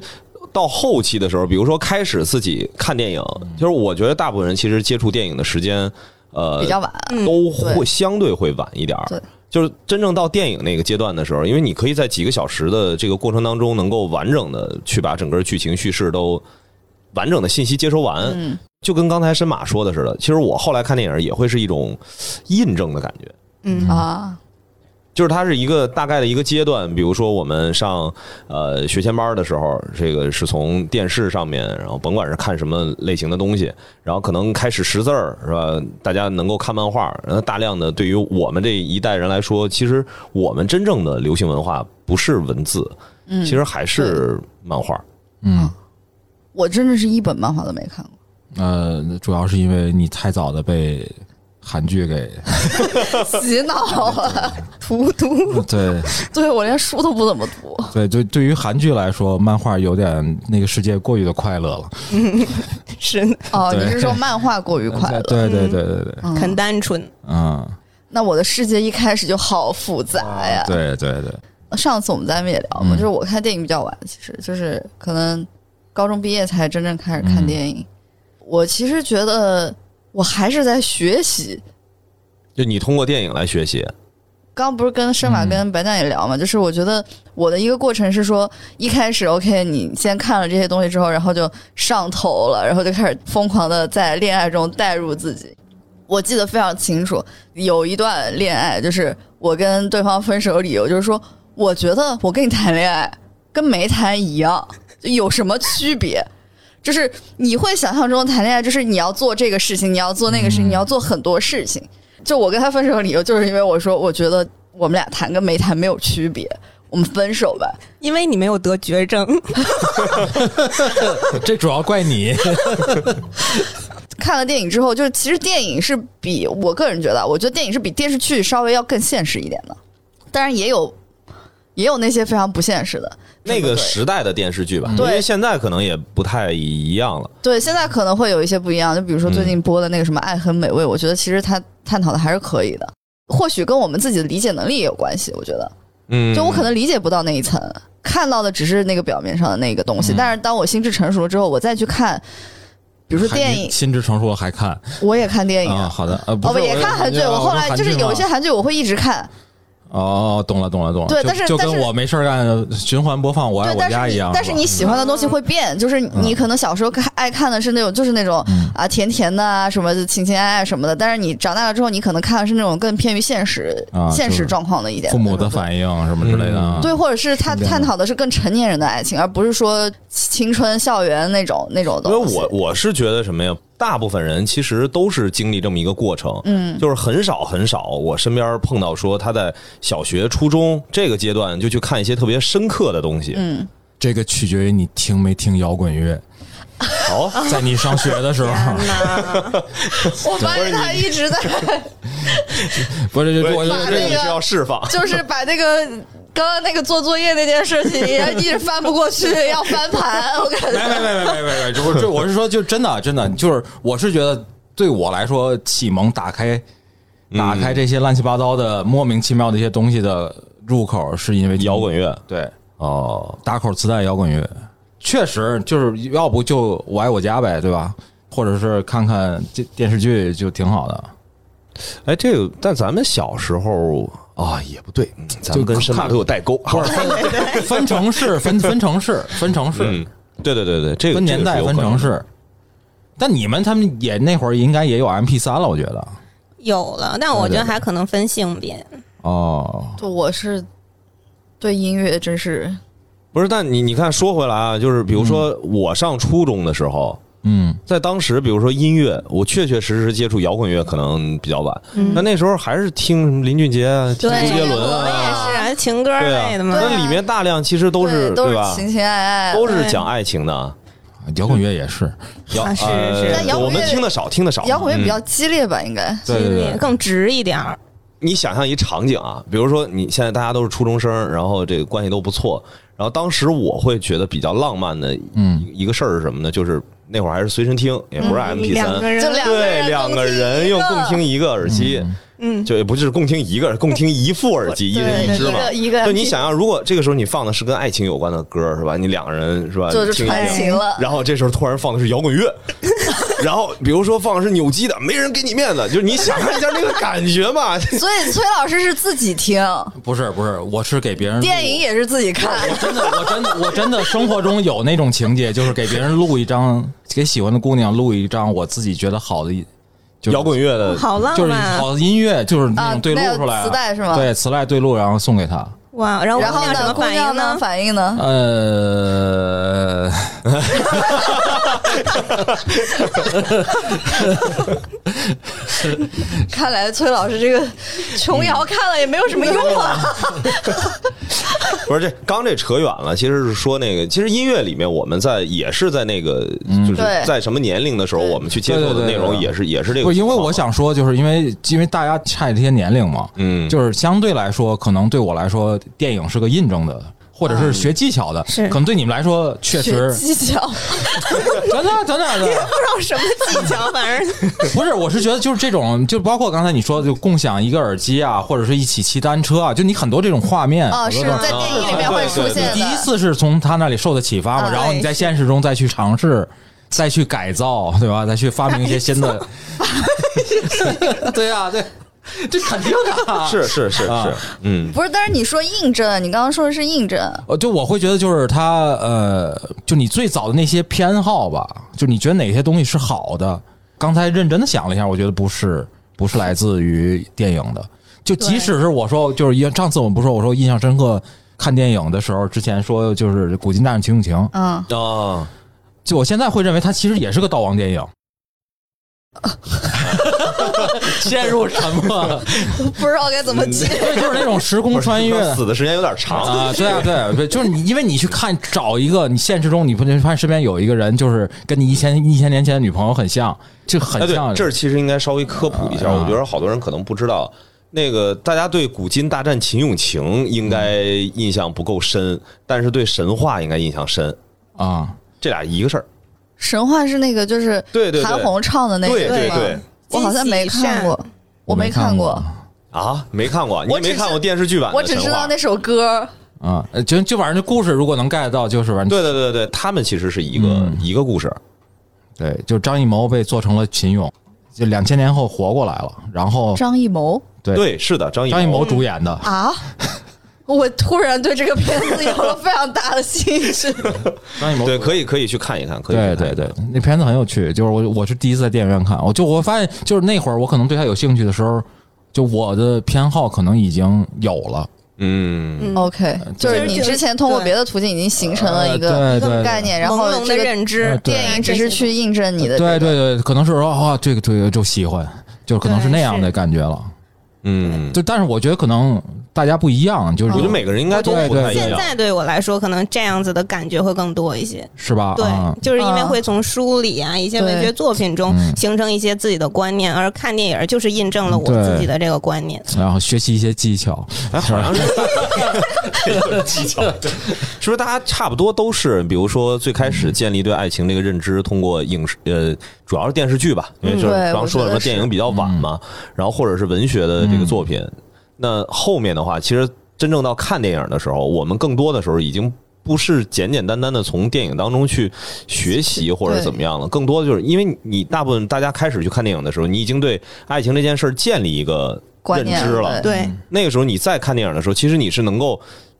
S4: 到后期的时候，比如说开始自己看电影，
S1: 嗯
S4: 就是我觉得大部分人其实接触电影的时间，呃，
S1: 比较晚，
S3: 嗯
S4: 都会
S1: 对
S4: 相对会晚一点儿
S1: 对。
S4: 就是真正到电影那个阶段的时候，因为你可以在几个小时的这个过程当中，能够完整的去把整个剧情叙事都完整的信息接收完，
S1: 嗯，
S4: 就跟刚才申马说的似的。其实我后来看电影也会是一种印证的感觉，
S3: 嗯
S1: 啊，
S4: 就是它是一个大概的一个阶段，比如说我们上呃学前班的时候，这个是从电视上面，然后甭管是看什么类型的东西，然后可能开始识字儿是吧？大家能够看漫画，然后大量的对于我们这一代人来说，其实我们真正的流行文化不是文字，
S1: 嗯，
S4: 其实还是漫画。
S2: 嗯
S1: 我真的是一本漫画都没看过。嗯
S2: 呃，主要是因为你太早的被韩剧给
S1: 洗脑了，
S3: 荼毒。
S2: 对
S1: 对我连书都不怎么读。
S2: 对对，对于韩剧来说，漫画有点那个世界过于的快乐了，
S3: 是的，
S1: 哦，
S2: 对
S1: 你是说漫画过于快乐？
S2: 对对对对对对，
S1: 嗯
S3: 很单纯。
S2: 嗯，
S1: 那我的世界一开始就好复杂呀。
S2: 对对对，
S1: 上次我们在那也聊嘛，
S2: 嗯
S1: 就是我看电影比较晚，其实就是可能高中毕业才真正开始
S2: 嗯
S1: 看电影。我其实觉得我还是在学习。
S4: 就你通过电影来学习，
S1: 刚不是跟申马跟白蛋也聊嘛，就是我觉得我的一个过程是说，一开始 OK，你先看了这些东西之后，然后就上头了，然后就开始疯狂的在恋爱中代入自己。我记得非常清楚，有一段恋爱，就是我跟对方分手的理由就是说，我觉得我跟你谈恋爱跟没谈一样，就有什么区别？就是你会想象中谈恋爱，就是你要做这个事情，你要做那个事情，你要做很多事情。就我跟他分手的理由，就是因为我说我觉得我们俩谈跟没谈没有区别，我们分手吧。
S3: 因为你没有得绝症，
S2: 这主要怪你，
S1: 看了电影之后，就是其实电影是比我个人觉得，我觉得电影是比电视剧稍微要更现实一点的，当然也有也有那些非常不现实的。
S4: 那
S1: 对
S4: 个
S1: 嗯
S4: 时代的电视剧吧，因
S1: 对
S4: 为现在可能也不太一样了。
S1: 对，现在可能会有一些不一样，就比如说最近播的那个什么《爱很美味》，我觉得其实他探讨的还是可以的，或许跟我们自己的理解能力也有关系。我觉得，
S4: 嗯，
S1: 就我可能理解不到那一层，看到的只是那个表面上的那个东西。但是当我心智成熟了之后，我再去看，比如说电影，
S2: 心智成熟了还看
S1: 我也看电影
S2: 啊？
S1: 啊，
S2: 好的，呃，不
S1: 哦，
S2: 是
S1: 不也看韩剧。我后来就是有一些
S2: 韩剧嘛
S1: 韩剧我会一直看，
S2: 哦，懂了懂了懂了，
S1: 对
S2: 就
S1: 但是
S2: 就跟
S1: 但是
S2: 我没事儿干循环播放《我爱
S1: 对，
S2: 我
S1: 但
S2: 家》
S1: 是
S2: 一
S1: 你
S2: 样，
S1: 但是你喜欢的东西会变，就是你可能小时候看爱看的是那种就是那种
S2: 嗯
S1: 啊甜甜的啊什么情情爱爱什么的，但是你长大了之后，你可能看的是那种更偏于现实
S2: 啊
S1: 现
S2: 就是
S1: 实状况的一点，
S2: 父母的反应什么之类的啊，
S1: 对，或者是他探讨的是更成年人的爱情，而不是说青春校园那种那种
S4: 因
S1: 东
S4: 为
S1: 西。
S4: 我我是觉得什么呀？大部分人其实都是经历这么一个过程，嗯，就是很少很少，我身边碰到说他在小学、初中这个阶段就去看一些特别深刻的东西。嗯，
S2: 这个取决于你听没听摇滚乐，
S4: 好、
S1: 啊
S2: 在你上学的时
S1: 哎
S2: 候，
S1: 我发现他一直在
S2: 不是，
S4: 我
S2: 我
S1: 把那个
S4: 你是要释放，
S1: 就是把那个刚刚那个做作业那件事情，一直翻不过去，要翻盘，我感
S2: 没
S1: 觉。
S2: 没没没没没没，就就我是说，就真的真的，就是我是觉得对我来说，启蒙打开
S4: 嗯
S2: 打开这些乱七八糟的、莫名其妙的一些东西的入口，是因为
S4: 摇滚乐
S2: 对
S4: 哦，
S2: 打口磁带摇滚乐，确实就是要不就我爱我家呗，对吧？或者是看看电电视剧就挺好的，
S4: 哎，这个但咱们小时候啊也不对，嗯咱
S2: 就
S4: 们跟神马
S2: 看
S4: 都有代沟，
S2: 不是分分城市分分城市分城市。
S4: 嗯，对对对对，这个
S2: 分年代、分城，
S4: 这个是有可能的
S2: 市。但你们他们也那会儿应该也有 MP 三了，我觉得。
S3: 有了，但我觉得还可能分性别。
S2: 哦，
S1: 对，我是对音乐真是
S4: 不是？但你你看，说回来啊，就是比如说我上初中的时候，
S2: 嗯，
S4: 在当时，比如说音乐，我确确实实接触摇滚乐可能比较晚，
S3: 嗯
S4: 那那时候还是听什么林俊杰啊、听
S3: 对，
S4: 周杰伦
S3: 我们
S4: 啊，
S3: 也是啊，情歌
S4: 对啊
S3: 类的，嘛。
S1: 对啊
S4: 那里面大量其实都是
S1: 对都是
S4: 吧？
S1: 情情爱爱，
S4: 都
S1: 是
S4: 是讲爱情的，
S2: 摇滚乐也是。
S1: 嗯
S4: 摇
S3: 啊是
S4: 呃
S3: 是
S1: 但摇
S4: 我
S1: 滚乐
S4: 们听的少，听的少。
S1: 摇滚乐比
S4: 嗯
S1: 较激烈吧，应该。
S2: 对
S3: 心里
S2: 对对，
S3: 更直一点儿。
S4: 你想象一场景啊，比如说你现在大家都是初中生，然后这个关系都不错，然后当时我会觉得比较浪漫的
S2: 嗯，
S4: 一个事儿是什么呢？就是那会儿还是随身听，也不是 MP
S3: 两个
S4: 三，
S3: 人
S1: 就嗯两个
S4: 对，
S1: 人
S4: 两
S1: 共
S4: 个
S1: 听
S4: 人
S1: 一
S4: 用
S1: 个
S4: 共听一个耳机，
S3: 嗯，
S4: 就也不是共听一个，共听一副耳机，一人一
S1: 对
S4: 只
S1: 一
S4: 嘛
S1: 个。一个，
S4: 就你想象，如果这个时候你放的是跟爱情有关的歌，是吧？你两个人是吧？
S1: 就是
S4: 听一
S1: 传
S4: 个
S1: 情了。
S4: 然后这时候突然放的是摇滚乐， 然后比如说放的是扭机的，没人给你面子，就是你想象一下那个感 觉嘛。
S1: 所以崔老师是自己听，
S2: 不是不是，我是给别人录
S1: 电影。也是自己看
S2: 我。真的，我真的，我真的生活中有那种情节，就是给别人录一张，给喜欢的姑娘录一张我自己觉得好的一，就是
S4: 摇滚乐的，
S3: 好浪
S2: 就是
S3: 漫啊
S2: 好的音乐，就是那
S1: 啊
S2: 种对录
S1: 那个
S2: 出来的
S1: 磁带是吗
S2: 对，磁带对录，然后送给她。
S3: 哇！然后
S1: 然后
S3: 姑娘什
S1: 呢，
S3: 么
S1: 姑
S3: 反
S1: 娘呢
S3: 应
S1: 反应
S3: 呢？
S1: 呢？嗯
S2: 呃，
S1: 看来崔老师这个琼瑶看了也没有什么用啊。
S4: 不是这刚这扯远了，其实是说那个，其实音乐里面我们在也是在那个，
S2: 嗯
S4: 就是
S1: 对
S4: 在什么年龄的时候，
S1: 对
S4: 我们去接受
S2: 对对
S4: 的
S2: 对
S4: 内容
S2: 对
S4: 也是也是这
S2: 不
S4: 个。
S2: 是因为我，想说，就是因为因为大家差这些年龄嘛，
S4: 嗯，
S2: 就是相对来说，可能对我来说，电影是个印证的，或者是学技巧的，
S3: 是
S2: 可能对你们来说 确
S1: 嗯学
S2: 实，
S1: 技巧，
S2: 真的真的真 的
S3: 不知道什么技巧，反正
S2: 不是，我是觉得就是这种，就包括刚才你说的，就共享一个耳机啊，或者是一起骑单车啊，就你很多这种画面
S1: 哦，是
S2: 很多这种
S1: 在电影里面会出现
S4: 对
S1: 的。
S2: 第一次是从他那里受的启发嘛，
S1: 啊
S2: 然后你在现实中再去尝试，再去改造，对吧？再去发明一些新的，对呀、对，这肯定的啊，
S4: 是是是
S2: 啊
S4: 是，嗯，
S1: 不是，但是你说印证，你刚刚说的是印证，
S2: 呃，就我会觉得就是他呃，就你最早的那些偏好吧，就你觉得哪些东西是好的？刚才认真的想了一下，我觉得不是，不是来自于电影的。就即使是我说，就是因为上次我们不是说我说印象深刻看电影的时候，之前说就是《古今大战秦俑情》，
S1: 嗯，
S4: 啊，
S2: 就我现在会认为它其实也是个悼亡电影。 陷入沉默，
S1: 不知道该怎么接。
S4: 嗯
S2: 对，就是那种时空穿越，
S4: 死的时间有点长，
S2: 啊，对啊，对啊，对，就是你，因为你去看找一个，你现实中你不能发现身边有一个人，就是跟你一千一千年前的女朋友很像，就
S4: 哎，
S2: 很
S4: 对
S2: 像。，
S4: 这儿其实应该稍微科普一下，
S2: 啊
S4: 我觉得好多人可能不知道。那个大家对古今大战秦俑情应该印象不够深，但是对神话应该印象深，
S2: 啊，
S4: 这俩一个事儿。
S1: 神话是那个，就是
S4: 对对对
S1: 韩红唱的那个，
S4: 对对
S1: 吗
S4: 对
S1: 我好像没看过，我
S2: 没
S1: 没看过，
S4: 啊，没看过，你
S1: 我
S4: 没
S1: 只
S4: 看
S1: 是
S4: 过电视剧版
S1: 我
S4: 的
S1: 只
S4: 神
S1: 知道
S4: 话
S1: 那？首歌。
S2: 啊，呃就就反正这故事如果能 get 到，就是反正
S4: 对对对对，他们其实是一个、
S2: 嗯
S4: 一个故事。
S2: 对，就张艺谋被做成了秦俑，就两千年后活过来了，然后
S1: 张艺谋
S2: 对
S4: 对，是的，张艺
S2: 张艺谋主演的，
S1: 哦啊， 我突然对这个片子有了非常大的兴趣。
S2: 张艺谋
S4: 对，可以可以去看一看，可以去看
S2: 对
S4: 一看
S2: 对对，那片子很有趣，就是我我是第一次在电影院看，我就我发现就是那会儿我可能对他有兴趣的时候，就我的偏好可能已经有了。
S4: 嗯，
S3: 嗯
S1: OK，就是你之前通过别的途径已经形成了一个
S2: 呃对
S1: 一个
S2: 对
S1: 概念，然后
S3: 朦胧的
S1: 这个
S3: 认知
S2: 呃，对
S1: 电影只是去印证你的。
S2: 对对对，可能是说啊，这个对就喜欢，就可能是那样的感觉了。
S4: 嗯，
S2: 就但是我觉得可能大家不一样，就是
S4: 我觉得每个人应该都不太
S2: 对
S4: 一
S3: 现
S4: 样。
S3: 在对我来说，可能这样子的感觉会更多一些。
S2: 是吧？
S3: 对
S2: 啊，
S3: 就是因为会从书里啊，一些文学作品中
S2: 嗯
S3: 形成一些自己的观念，而看电影就是印证了我自己的这个观念。
S2: 然后学习一些技巧，
S4: 哎，好像是有技巧，对，是不是大家差不多都是，比如说最开始建立对爱情这个认知，通过影视呃，主要是电视剧吧，因为就是
S1: 嗯对
S4: 刚刚说
S1: 我觉得
S4: 了什么
S1: 是嗯
S4: 电影比较晚嘛，然后或者是文学的这个作品。那后面的话，其实真正到看电影的时候，我们更多的时候已经。不是简简单单的从电影当中去学习或者怎么样了，更多的就是因为你你大部分大家开始去看电影的时候，你已经对爱情这件事儿建立一个
S1: 观
S4: 认
S1: 念
S4: 知了，
S3: 对，
S4: 那个时候你再看电影的时候，其实你是能够，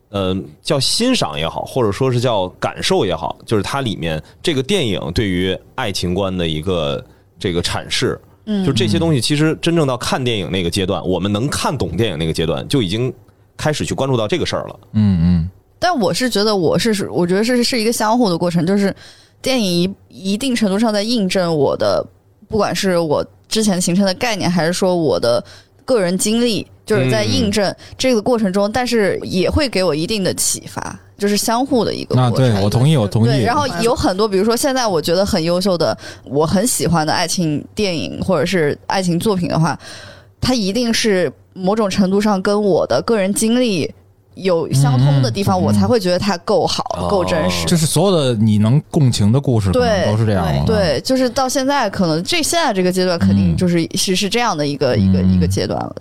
S4: 呃，叫欣赏也好，或者说是叫感受也好，就是它里面这个电影对于爱情观的一个这个阐释。
S1: 嗯
S4: 就这些东西，其实真正到看电影那个阶段，我们能看懂电影那个阶段，就已经开始去关注到这个事儿了。
S2: 嗯
S1: 但我是觉得，我是我觉得是是一个相互的过程，就是电影一一定程度上在印证我的，不管是我之前形成的概念，还是说我的个人经历，就是在印证这个过程中，但是也会给我一定的启发，就是相互的一个
S2: 嗯，那
S1: 过程。
S2: 对我同意，我同
S1: 对，
S2: 意。
S1: 然后有很多，比如说现在我觉得很优秀的，我很喜欢的爱情电影或者是爱情作品的话，它一定是某种程度上跟我的个人经历有相通的地方，
S2: 嗯嗯
S1: 我才会觉得它够好、
S4: 哦
S1: 够真实。
S2: 就是所有的你能共情的故事，可能
S1: 对
S2: 都是这样的。
S1: 对，就是到现在可能这现在这个阶段，肯定就是、是是这样的一个一个
S2: 嗯
S1: 一个阶段了。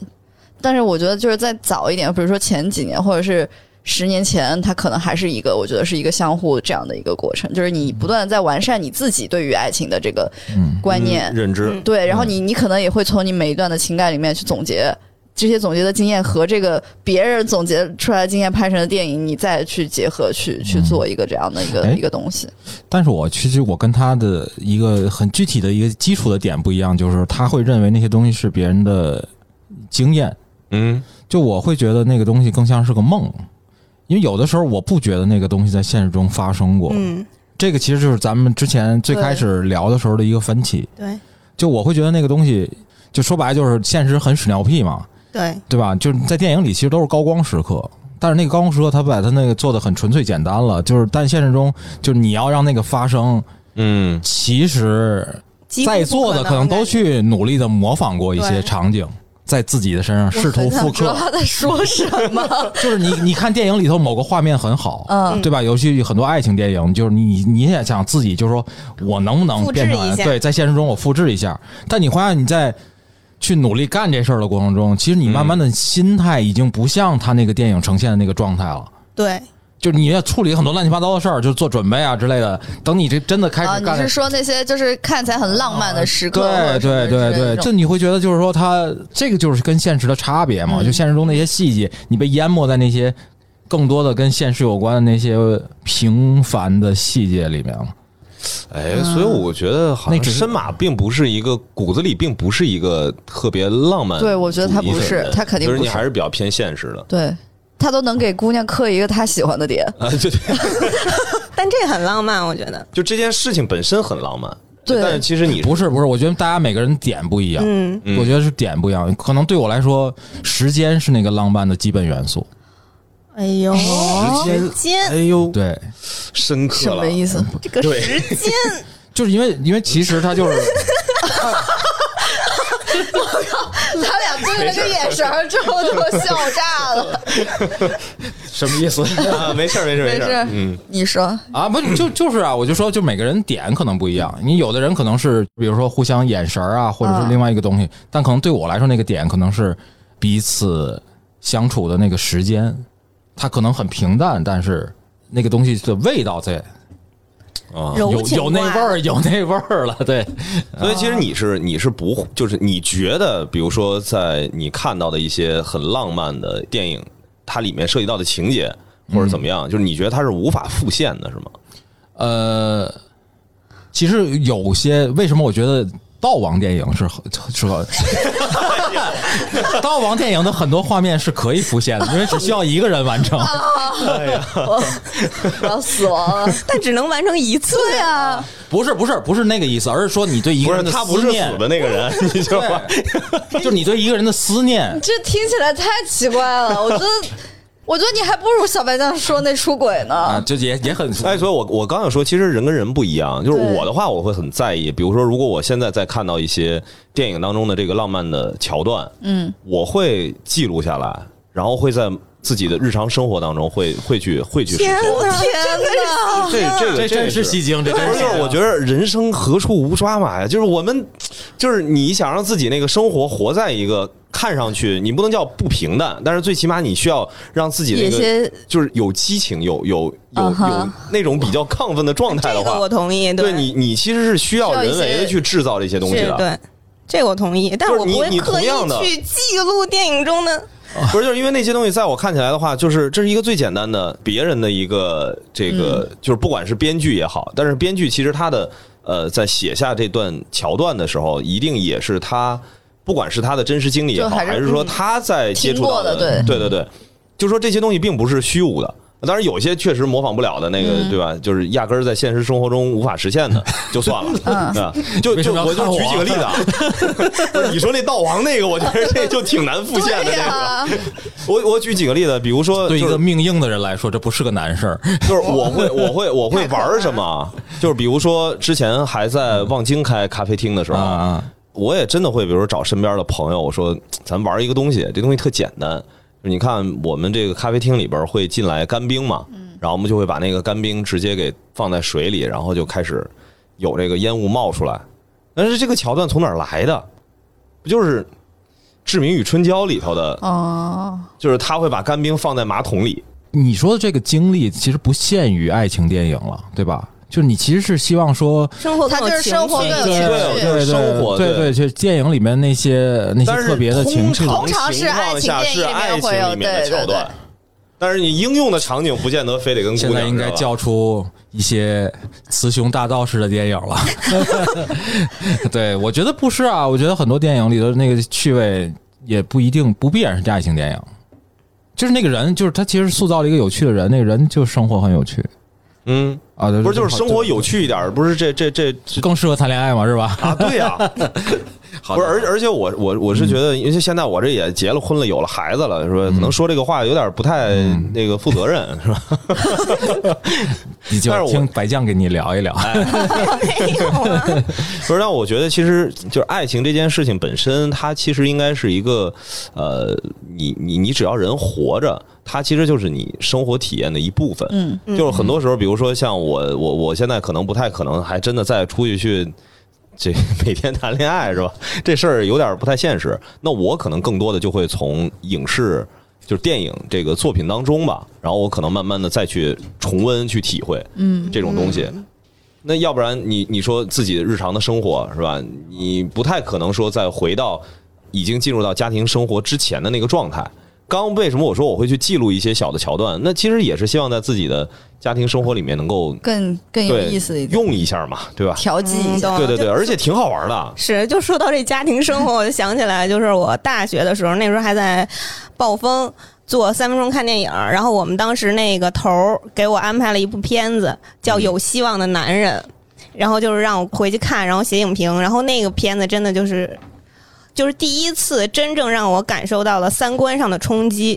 S1: 但是我觉得就是再早一点，比如说前几年或者是十年前，它可能还是一个我觉得是一个相互这样的一个过程，就是你不断的在完善你自己对于爱情的这个
S2: 嗯，
S1: 观念，
S4: 嗯认知，
S3: 嗯
S1: 对，然后你你可能也会从你每一段的情感里面去总结。这些总结的经验和这个别人总结出来的经验拍成的电影，你再去结合去去做一个这样的一个、
S2: 嗯哎
S1: 一个东西。
S2: 但是我其实我跟他的一个很具体的一个基础的点不一样，就是他会认为那些东西是别人的经验，
S4: 嗯，
S2: 就我会觉得那个东西更像是个梦，因为有的时候我不觉得那个东西在现实中发生过。
S3: 嗯，
S2: 这个其实就是咱们之前最开始聊的时候的一个分歧，
S3: 对
S2: 就我会觉得那个东西，就说白了就是现实很屎尿屁嘛，
S3: 对
S2: 对吧？就是在电影里其实都是高光时刻，但是那个高光时刻他把他那个做的很纯粹简单了，就是但现实中就是你要让那个发生，
S4: 嗯，
S2: 其实
S3: 几乎不
S2: 在座的
S3: 可
S2: 可能都
S3: 感觉
S2: 去努力的模仿过一些
S3: 对
S2: 场景，在自己的身上试图
S1: 我很
S2: 复
S1: 想知道
S2: 刻。
S1: 他在说什么。
S2: 就是你你看电影里头某个画面很好，
S1: 嗯
S2: 对吧？尤其很多爱情电影，就是你你也想自己，就是说我能不能
S3: 复制
S2: 变成
S3: 一下
S2: 对，在现实中我复制一下，但你发现你在。去努力干这事儿的过程中，其实你慢慢的心态已经不像他那个电影呈现的那个状态了。
S3: 对
S2: 就是你要处理很多乱七八糟的事儿，就是做准备啊之类的。等你这真的开始
S1: 啊，
S2: 干
S1: 你
S2: 这事儿
S1: 是说那些就是看起来很浪漫的时刻？
S2: 对对对对，这
S1: 这
S2: 你会觉得就是说他，这个就是跟现实的差别嘛，就现实中那些细节，你被淹没在那些更多的跟现实有关的那些平凡的细节里面了。
S4: 哎，所以我觉得好
S2: 那
S4: 像
S2: 只是
S4: 深马并不是一个骨子里并不是一个特别浪漫主义
S1: 对
S4: 的人，
S1: 我觉得他不是他肯定
S4: 就是
S1: 不
S4: 你
S1: 是
S4: 还是比较偏现实 的
S1: 对，他都能给姑娘刻一个他喜欢的点。
S4: 啊，对对。
S3: 但这很浪漫，我觉得。
S4: 就这件事情本身很浪漫，
S1: 对
S4: 但是其实你
S2: 不是不是，我觉得大家每个人点不一样，
S3: 嗯，
S4: 嗯
S2: 我觉得是点不一样。可能对我来说，时间是那个浪漫的基本元素。
S3: 哎呦，
S4: 时间
S3: 间
S4: 哎呦，
S2: 对，
S4: 深刻
S1: 什
S4: 了，
S1: 么意思？
S3: 这个
S4: 对
S3: 时间，
S2: 就是因为因为其实它就是
S1: 他俩对了个眼神儿之后就笑炸了。
S2: 什么 意思
S4: 啊？没事儿，没事儿，
S1: 没
S4: 事
S1: 事
S4: 儿，嗯，
S1: 你说，
S2: 啊？不就就是啊，我就说就每个人点可能不一样。你有的人可能是比如说互相眼神儿啊，或者是
S1: 嗯
S2: 另外一个东西，但可能对我来说那个点可能是彼此相处的那个时间，它可能很平淡，但是那个东西的味道在，
S4: 啊。
S3: 柔
S2: 有
S3: 情
S2: 有那
S3: 挂
S2: 味儿，有那味儿了。对，
S4: 所以其实你是你是不就是你觉得，比如说在你看到的一些很浪漫的电影，它里面涉及到的情节或者怎么
S1: 嗯
S4: 样，就是你觉得它是无法复现的，是吗？
S2: 呃，其实有些为什么我觉得。盗王电影是很是很，盗王电影的很多画面是可以浮现的，因为只需要一个人完成。
S1: 我我要死亡了。
S3: 但只能完成一次。
S1: 对啊，
S2: 不是不是不是那个意思，而是说你对一
S4: 不
S2: 个
S4: 是
S2: 人的
S4: 他不
S2: 思
S4: 是
S2: 念
S4: 死，的那个人，你知道吗？
S2: 对，就是你对一个人的思 念。
S1: 这听起来太奇怪了，我觉得，我觉得你还不如小白酱说那出轨呢。
S2: 啊，就也也很
S4: 哎，所以我我刚想说，其实人跟人不一样。就是
S1: 对
S4: 我的话，我会很在意。比如说，如果我现在在看到一些电影当中的这个浪漫的桥段，嗯，我会记录下来，然后会在自己的日常生活当中会会去会去实
S3: 天
S4: 现。
S3: 哪！
S1: 天
S4: 这这个
S2: 这真是戏精，这真
S4: 不是，我觉得人生何处无抓马呀？就是我们，就是你想让自己那个生活活在一个看上去你不能叫不平淡，但是最起码你需要让自己
S1: 有
S4: 那个
S1: 些
S4: 就是有激情，有有有
S1: 嗯哼
S4: 有那种比较亢奋的状态的
S3: 这个
S4: 话
S3: 我，同意，
S4: 对你你其实是需要
S1: 需要一
S4: 人为
S1: 些
S4: 的去制造这些东西
S3: 是
S4: 的，
S3: 对，这个我同意，但
S4: 就是
S3: 我不
S4: 你
S3: 会
S4: 你
S3: 刻
S4: 同样的
S3: 意去记录电影中的
S4: 不是就是因为那些东西在我看起来的话，就是这是一个最简单的别人的一个这个，
S1: 嗯
S4: 就是不管是编剧也好，但是编剧其实他的呃在写下这段桥段的时候，一定也是他不管是他的真实经历也好，
S1: 就还是嗯
S4: 还是说他在接触到
S1: 听过的
S4: 对对对，就说这些东西并不是虚无的。当然，有些确实模仿不了的那个，
S1: 嗯
S4: 对吧？就是压根儿在现实生活中无法实 现的，就算了。
S1: 嗯
S4: 啊，就
S2: 为什
S4: 就
S2: 么要
S4: 我就
S2: 看我
S4: 举几个例子啊。 不是你说那道王那个，我觉得这就挺难复现的。
S1: 对
S4: 这个，
S1: 呀、
S4: 我我举几个例子，比如说，
S2: 对一
S4: 就
S2: 个
S4: 是
S2: 命硬的人来说，这不是个难事儿。
S4: 就 是我会我会我会玩儿什么，啊就是比如说之前还在望京开咖啡厅的时
S2: 啊
S4: 候，
S2: 啊！
S4: 我也真的会，比如说找身边的朋友，我说咱玩一个东西，这东西特简单。就你看我们这个咖啡厅里边会进来干冰嘛，然后我们就会把那个干冰直接给放在水里，然后就开始有这个烟雾冒出来。但是这个桥段从哪儿来的？不就是《志明与春娇》里头的，
S1: 哦，
S4: 就是他会把干冰放在马桶里。
S2: 你说的这个经历其实不限于爱情电影了，对吧？就是你其实是希望说，
S3: 生活
S1: 它
S3: 更有
S1: 就是
S3: 情
S1: 生活
S3: 趣
S1: 更有
S3: 一
S1: 情
S3: 些
S1: 趣
S4: 对
S2: 对对
S4: 生活
S2: 对
S4: 对
S2: 就是电影里面那些那
S4: 但
S2: 些
S4: 是
S2: 特别的情绪，
S1: 通常是爱情电影里面会有
S4: 里面的桥
S1: 对对
S4: 段
S1: 对，
S4: 但是你应用的场景不啊见得非得跟姑
S2: 现在
S4: 娘。
S2: 应该
S4: 是吧
S2: 叫出一些雌雄大盗式的电影了。 对，我觉得不是啊，我觉得很多电影里的那个趣味也不一定不必然是爱情电影，就是那个人，就是他其实塑造了一个有趣的人，那个人就生活很有趣
S4: 嗯，
S2: 啊，
S4: 不是就是生活有趣一点，不是这这这这
S2: 更适合谈恋爱嘛，是吧？
S4: 啊？对呀、
S2: 好嗯
S4: 不是，而而且我我我是觉得，因为现在我这也结了婚了，有了孩子了，是吧？可能说这个话有点不太
S2: 嗯
S4: 那个负责任，是吧？
S2: 你就
S4: 但是我
S2: 听白酱跟你聊一聊，
S3: 没有啊，
S4: 不是，但我觉得其实就是爱情这件事情本身，它其实应该是一个，呃，你你你只要人活着，它其实就是你生活体验的一部分。
S1: 嗯，
S4: 就是很多时候，比如说像我我我现在可能不太可能还真的再出去去。这每天谈恋爱是吧？这事儿有点不太现实。那我可能更多的就会从影视，就是电影这个作品当中吧，然后我可能慢慢的再去重温、去体会，嗯，这种东西。那要不然你你说自己日常的生活是吧？你不太可能说再回到已经进入到家庭生活之前的那个状态。刚为什么我说我会去记录一些小的桥段？那其实也是希望在自己的家庭生活里面能够
S1: 更更有
S4: 对
S1: 意思一点，
S4: 用一下嘛，对吧？
S1: 调剂一
S3: 嗯
S1: 下。
S3: 懂
S4: 对对
S3: 就
S4: 对，而且挺好玩的。
S3: 是，就说到这家庭生活，我就想起来，就是我大学的时候，那时候还在暴风做三分钟看电影儿，然后我们当时那个头儿给我安排了一部片子，叫《有希望的男人》，然后就是让我回去看，然后写影评，然后那个片子真的就是，就是第一次真正让我感受到了三观上的冲击，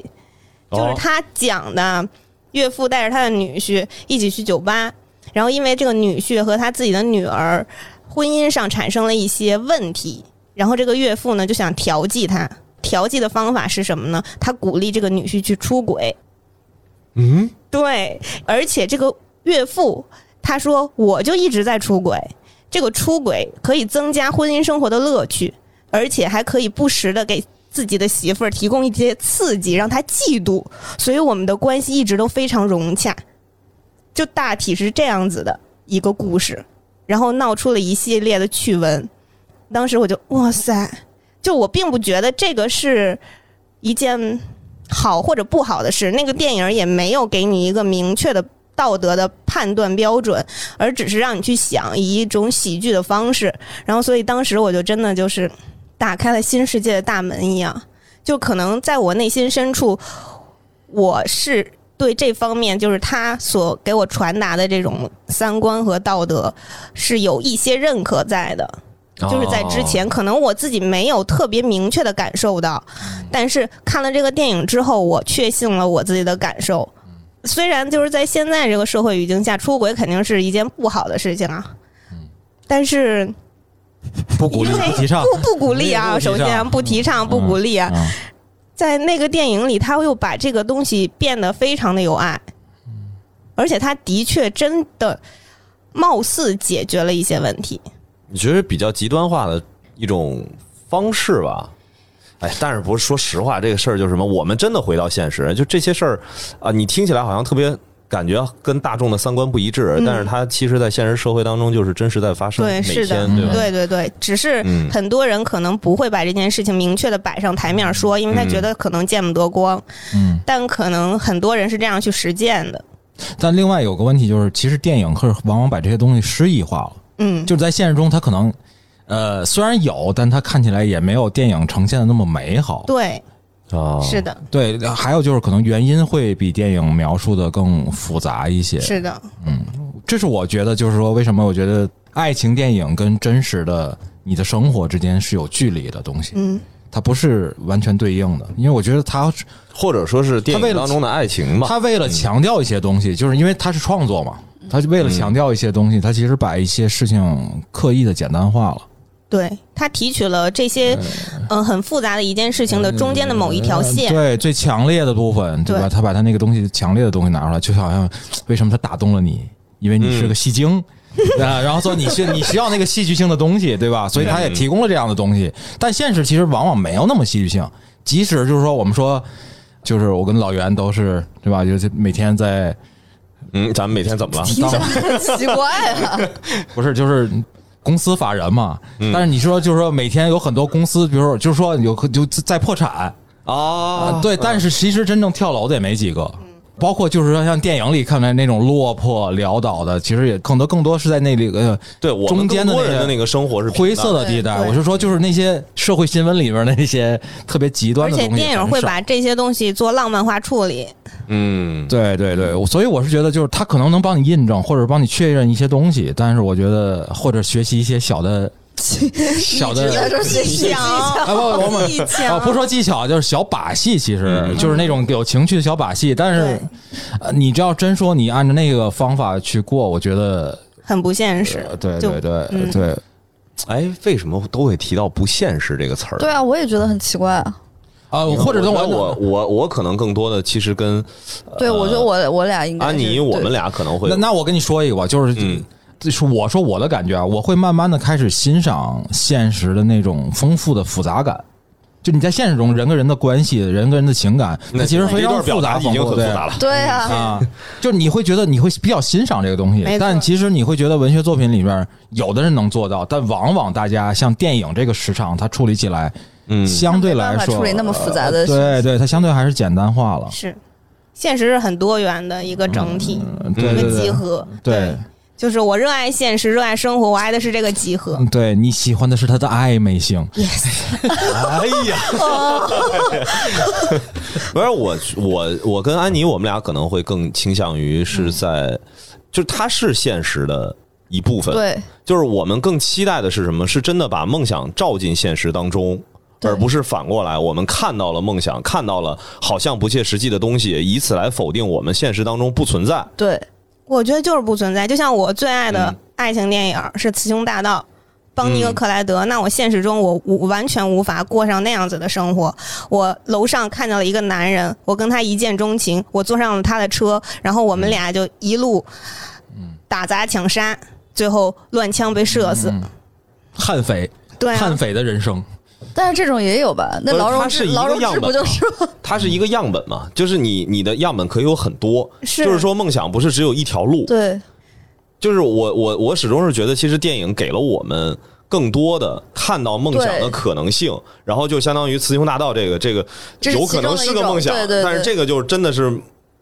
S3: 就是
S4: 哦，
S3: 他讲的岳父带着他的女婿一起去酒吧，然后因为这个女婿和他自己的女儿婚姻上产生了一些问题，然后这个岳父呢就想调剂他。调剂的方法是什么呢？他鼓励这个女婿去出轨。
S4: 嗯，
S3: 对，而且这个岳父他说，我就一直在出轨，这个出轨可以增加婚姻生活的乐趣，而且还可以不时的给自己的媳妇儿提供一些刺激，让她嫉妒，所以我们的关系一直都非常融洽。就大体是这样子的一个故事，然后闹出了一系列的趣闻。当时我就哇塞，就我并不觉得这个是一件好或者不好的事，那个电影也没有给你一个明确的道德的判断标准，而只是让你去想，以一种喜剧的方式。然后，所以当时我就真的就是打开了新世界的大门一样，就可能在我内心深处，我是对这方面，就是他所给我传达的这种三观和道德，是有一些认可在的。就是在
S2: 哦
S3: 之前，可能我自己没有特别明确的感受到，
S2: 嗯
S3: 但是看了这个电影之后，我确信了我自己的感受。
S2: 嗯
S3: 虽然就是在现在这个社会语境下，出轨肯定是一件不好的事情啊，但是
S2: 不鼓励
S3: 因为
S2: 嗯不提倡。
S3: 不不鼓励啊，
S2: 不提倡
S3: 首先不提倡，不鼓励啊。
S2: 嗯
S3: 在那个电影里，他又把这个东西变得非常的有爱，
S2: 嗯
S3: 而且他的确真的貌似解决了一些问题。
S4: 你觉得比较极端化的一种方式吧？哎，但是不是说实话，这个事儿就是什么？我们真的回到现实，就这些事儿啊，你听起来好像特别感觉跟大众的三观不一致，
S3: 嗯
S4: 但是它其实，在现实社会当中就是真实在发生，
S3: 对
S4: 每
S3: 是的
S4: 天对吧？
S3: 对对对，只是
S4: 嗯
S3: 很多人可能不会把这件事情明确的摆上台面说，因为他觉得可能见不得光，
S2: 嗯，
S3: 但可能很多人是这样去实践的。
S2: 但另外有个问题就是，其实电影可是往往把这些东西诗意化了，
S3: 嗯，
S2: 就是在现实中它可能，呃，虽然有，但它看起来也没有电影呈现的那么美好。
S3: 对，
S2: 哦
S4: 啊，
S3: 是的，
S2: 对，还有就是可能原因会比电影描述的更复杂一些。
S3: 是的，
S2: 这是我觉得，就是说为什么我觉得爱情电影跟真实的你的生活之间是有距离的东西，
S3: 嗯，
S2: 它不是完全对应的。因为我觉得它
S4: 或者说是电
S2: 他为
S4: 影
S2: 了
S4: 当中的爱情吧？
S2: 它为了强调一些东西，就是因为它是创作嘛，它为了强调一些东西，它其实把一些事情刻意的简单化了。
S3: 对他提取了这些嗯、呃很复杂的一件事情的中间的某一条线。
S2: 对最强烈的部分，对吧？
S3: 对
S2: 他把他那个东西强烈的东西拿出来，就好像为什么他打动了你，因为你是个戏精。啊，然后说你是你需要那个戏剧性的东西，对吧？所以他也提供了这样的东西，但现实其实往往没有那么戏剧性。即使就是说，我们说，就是我跟老袁都是对吧？就是每天在
S4: 嗯，咱们每天怎么了？
S1: 凭什么奇怪 啊？
S2: 不是，就是公司法人嘛。
S3: 嗯
S2: 但是你说，就是说每天有很多公司，比如说，就是说有就在破产
S4: 啊，
S2: 对。但
S3: 嗯
S2: 是其实真正跳楼的也没几个，包括就是说像电影里看的那种落魄潦倒的，其实也可能更多是在那里呃
S4: 对，我们
S2: 中间的
S4: 更多
S2: 那
S4: 人
S2: 个
S4: 的那个生活是平淡
S2: 灰色的地带。
S3: 对对
S2: 我是说，就是那些社会新闻里面的那些特别极端
S3: 而
S2: 的东西，
S3: 且电影会把。这些东西做浪漫化处理，
S4: 嗯，
S2: 对对对，我所以我是觉得，就是他可能能帮你印证，或者帮你确认一些东西，但是我觉得或者学习一些小的小的
S1: 一直在说学习
S3: 想
S2: 啊不，我们
S3: 技巧
S2: 啊不说技巧，就是小把戏，其实、
S4: 嗯
S2: 就是那种有情趣的小把戏。但是
S3: 对，
S2: 呃你只要真说你按照那个方法去过，我觉得，
S3: 很不现实
S2: 呃。对
S3: 就
S2: 对对、
S3: 嗯
S2: 对，
S4: 哎，为什么都会提到不现实这个词儿？
S1: 对啊，我也觉得很奇怪啊。
S2: 啊、或者
S4: 我
S2: 等
S4: 觉得我我我可能更多的其实跟
S1: 对，我觉得我我俩应该是
S4: 呃安妮我们俩可能会
S2: 那那我跟你说一个吧，就是。
S4: 嗯
S2: 就是我说我的感觉啊，我会慢慢的开始欣赏现实的那种丰富的复杂感。就你在现实中人跟人的关系、人跟人的情感，它其实非
S4: 这
S2: 常
S4: 段表
S2: 复
S4: 达
S2: 杂，
S4: 已经很复
S2: 对
S4: 杂了。
S1: 对对
S4: 嗯
S1: 啊，
S2: 啊，就你会觉得你会比较欣赏这个东西
S3: 没，错
S2: 但其实你会觉得文学作品里面有的人能做到，但往往大家像电影这个时长，它处理起来
S4: 嗯，
S2: 相对来
S1: 没办
S2: 说
S1: 法处理那么复杂的
S2: 呃对对，它相对还是简单化了，
S3: 是，现实是很多元的一个整体，
S2: 嗯对
S3: 一
S2: 对
S3: 个集
S2: 对。
S3: 合。
S2: 对，
S3: 就是我热爱现实，热爱生活，我爱的是这个集合
S2: 嗯。对你喜欢的是它的暧昧性，
S4: 哎呀，
S1: 哦
S4: 不是我我我跟安妮，我们俩可能会更倾向于
S1: 嗯
S4: 是在，就是它是现实的一部分，
S1: 对
S4: 就是我们更期待的是什么？是真的把梦想照进现实当中。
S1: 对
S4: 而不是反过来，我们看到了梦想，看到了好像不切实际的东西，以此来否定我们现实当中不存在。
S1: 对，
S3: 我觉得就是不存在。就像我最爱的爱情电影是《雌雄大盗》。邦尼和克莱德，那我现实中我我完全无法过上那样子的生活。我楼上看到了一个男人，我跟他一见钟情，我坐上了他的车，然后我们俩就一路打砸抢杀，最后乱枪被射死。
S2: 嗯悍匪，
S3: 对、啊
S2: 悍， 匪的人生，
S1: 但是这种也有吧？那
S4: 不是
S1: 劳荣枝，劳
S4: 呃它是一个
S1: 荣
S4: 样
S1: 枝
S4: 本
S1: 不就是吗？
S4: 它是一个样本嘛，就是你你的样本可以有很多，
S3: 是
S4: 就是说梦想不是只有一条 路，
S1: 对，
S4: 就是我我我始终是觉得，其实电影给了我们更多的看到梦想的
S1: 对
S4: 可能性，然后就相当于《雌雄大盗》这个这个
S1: 这是
S4: 有可能
S1: 其
S4: 是
S1: 中的一
S4: 个
S1: 种
S4: 梦想，
S1: 对对对
S4: 但是这个就是真的是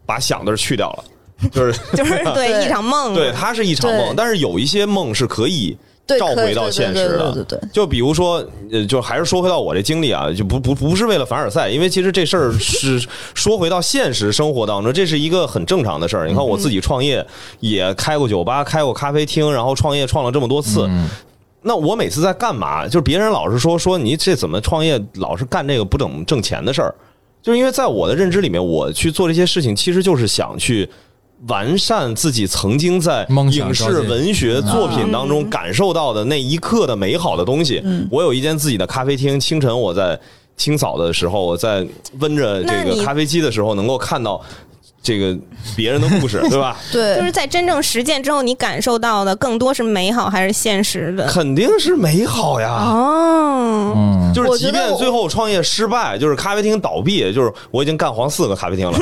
S4: 把想字儿去掉了，就是
S3: 就是对
S1: 对
S3: 一场梦。啊
S4: 对，它是一场梦
S1: 对，
S4: 但是有一些梦是可以
S1: 对
S4: 召
S1: 可以
S4: 回到
S1: 对对
S4: 现
S1: 对
S4: 实
S1: 对对
S4: 的
S1: 对对。
S4: 就比如说，呃，就还是说回到我这经历啊，就不不不是为了凡尔赛，因为其实这事儿是说回到现实生活当中，这是一个很正常的事儿。你看我自己创业也开过酒吧，开过咖啡厅，然后创业创了这么多
S2: 嗯
S4: 次。
S3: 嗯
S4: 那我每次在干嘛？就是别人老是说说你这怎么创业，老是干这个不怎么挣钱的事儿，就是因为在我的认知里面，我去做这些事情其实就是想去完善自己曾经在
S2: 梦想
S4: 影视
S2: 着急
S4: 文。文学作品当中感受到的那一刻的美好的东西。
S3: 嗯
S4: 我有一间自己的咖啡厅，清晨我在清扫的时候，我在温着这
S3: 那
S4: 个
S3: 你
S4: 咖啡机的时候，能够看到这个别人的 故事，对吧？
S1: 对，
S3: 就是在真正实践之后，你感受到的更多是美好还是现实的？
S4: 肯定是美好
S3: 啊
S4: 呀。
S3: 哦，
S2: 嗯，
S4: 就
S1: 我
S4: 是，
S1: 觉得
S4: 即便
S1: 我
S4: 最后创业失败，就是咖啡厅倒闭，就是我已经干黄四个咖啡厅了，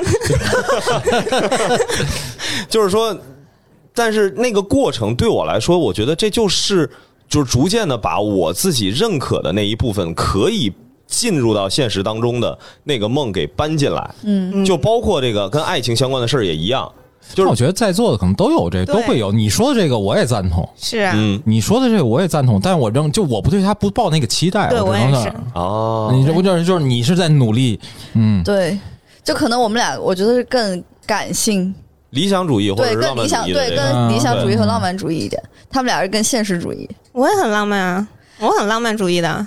S4: 就是说，但是那个过程对我来说，我觉得这就是就是逐渐的把我自己认可的那一部分可以。进入到现实当中的那个梦给搬进来，嗯，就包括这个跟爱情相关的事儿也一样，就是
S2: 但我觉得在座的可能都有这，
S3: 对
S2: 都会有。你说的这个我也赞同，
S3: 是啊，
S4: 嗯
S2: 你说的这个我也赞同，但我仍就我不对他不抱那个期待，
S3: 对
S2: 我
S3: 我
S2: 只
S3: 也
S2: 能
S3: 是。
S4: 哦，
S2: 你这不就是就是你是在努力，嗯，
S1: 对，就可能我们俩，我觉得是更感性，
S4: 理想主义或者
S1: 对，
S4: 是
S1: 更
S4: 浪漫
S1: 理
S4: 主
S1: 想，
S4: 义的
S1: 对，
S4: 这个，
S1: 更理想主义和
S2: 嗯
S1: 浪漫主义一点。他们俩是更现实主义。
S3: 我也很浪漫啊，我很浪漫主义的。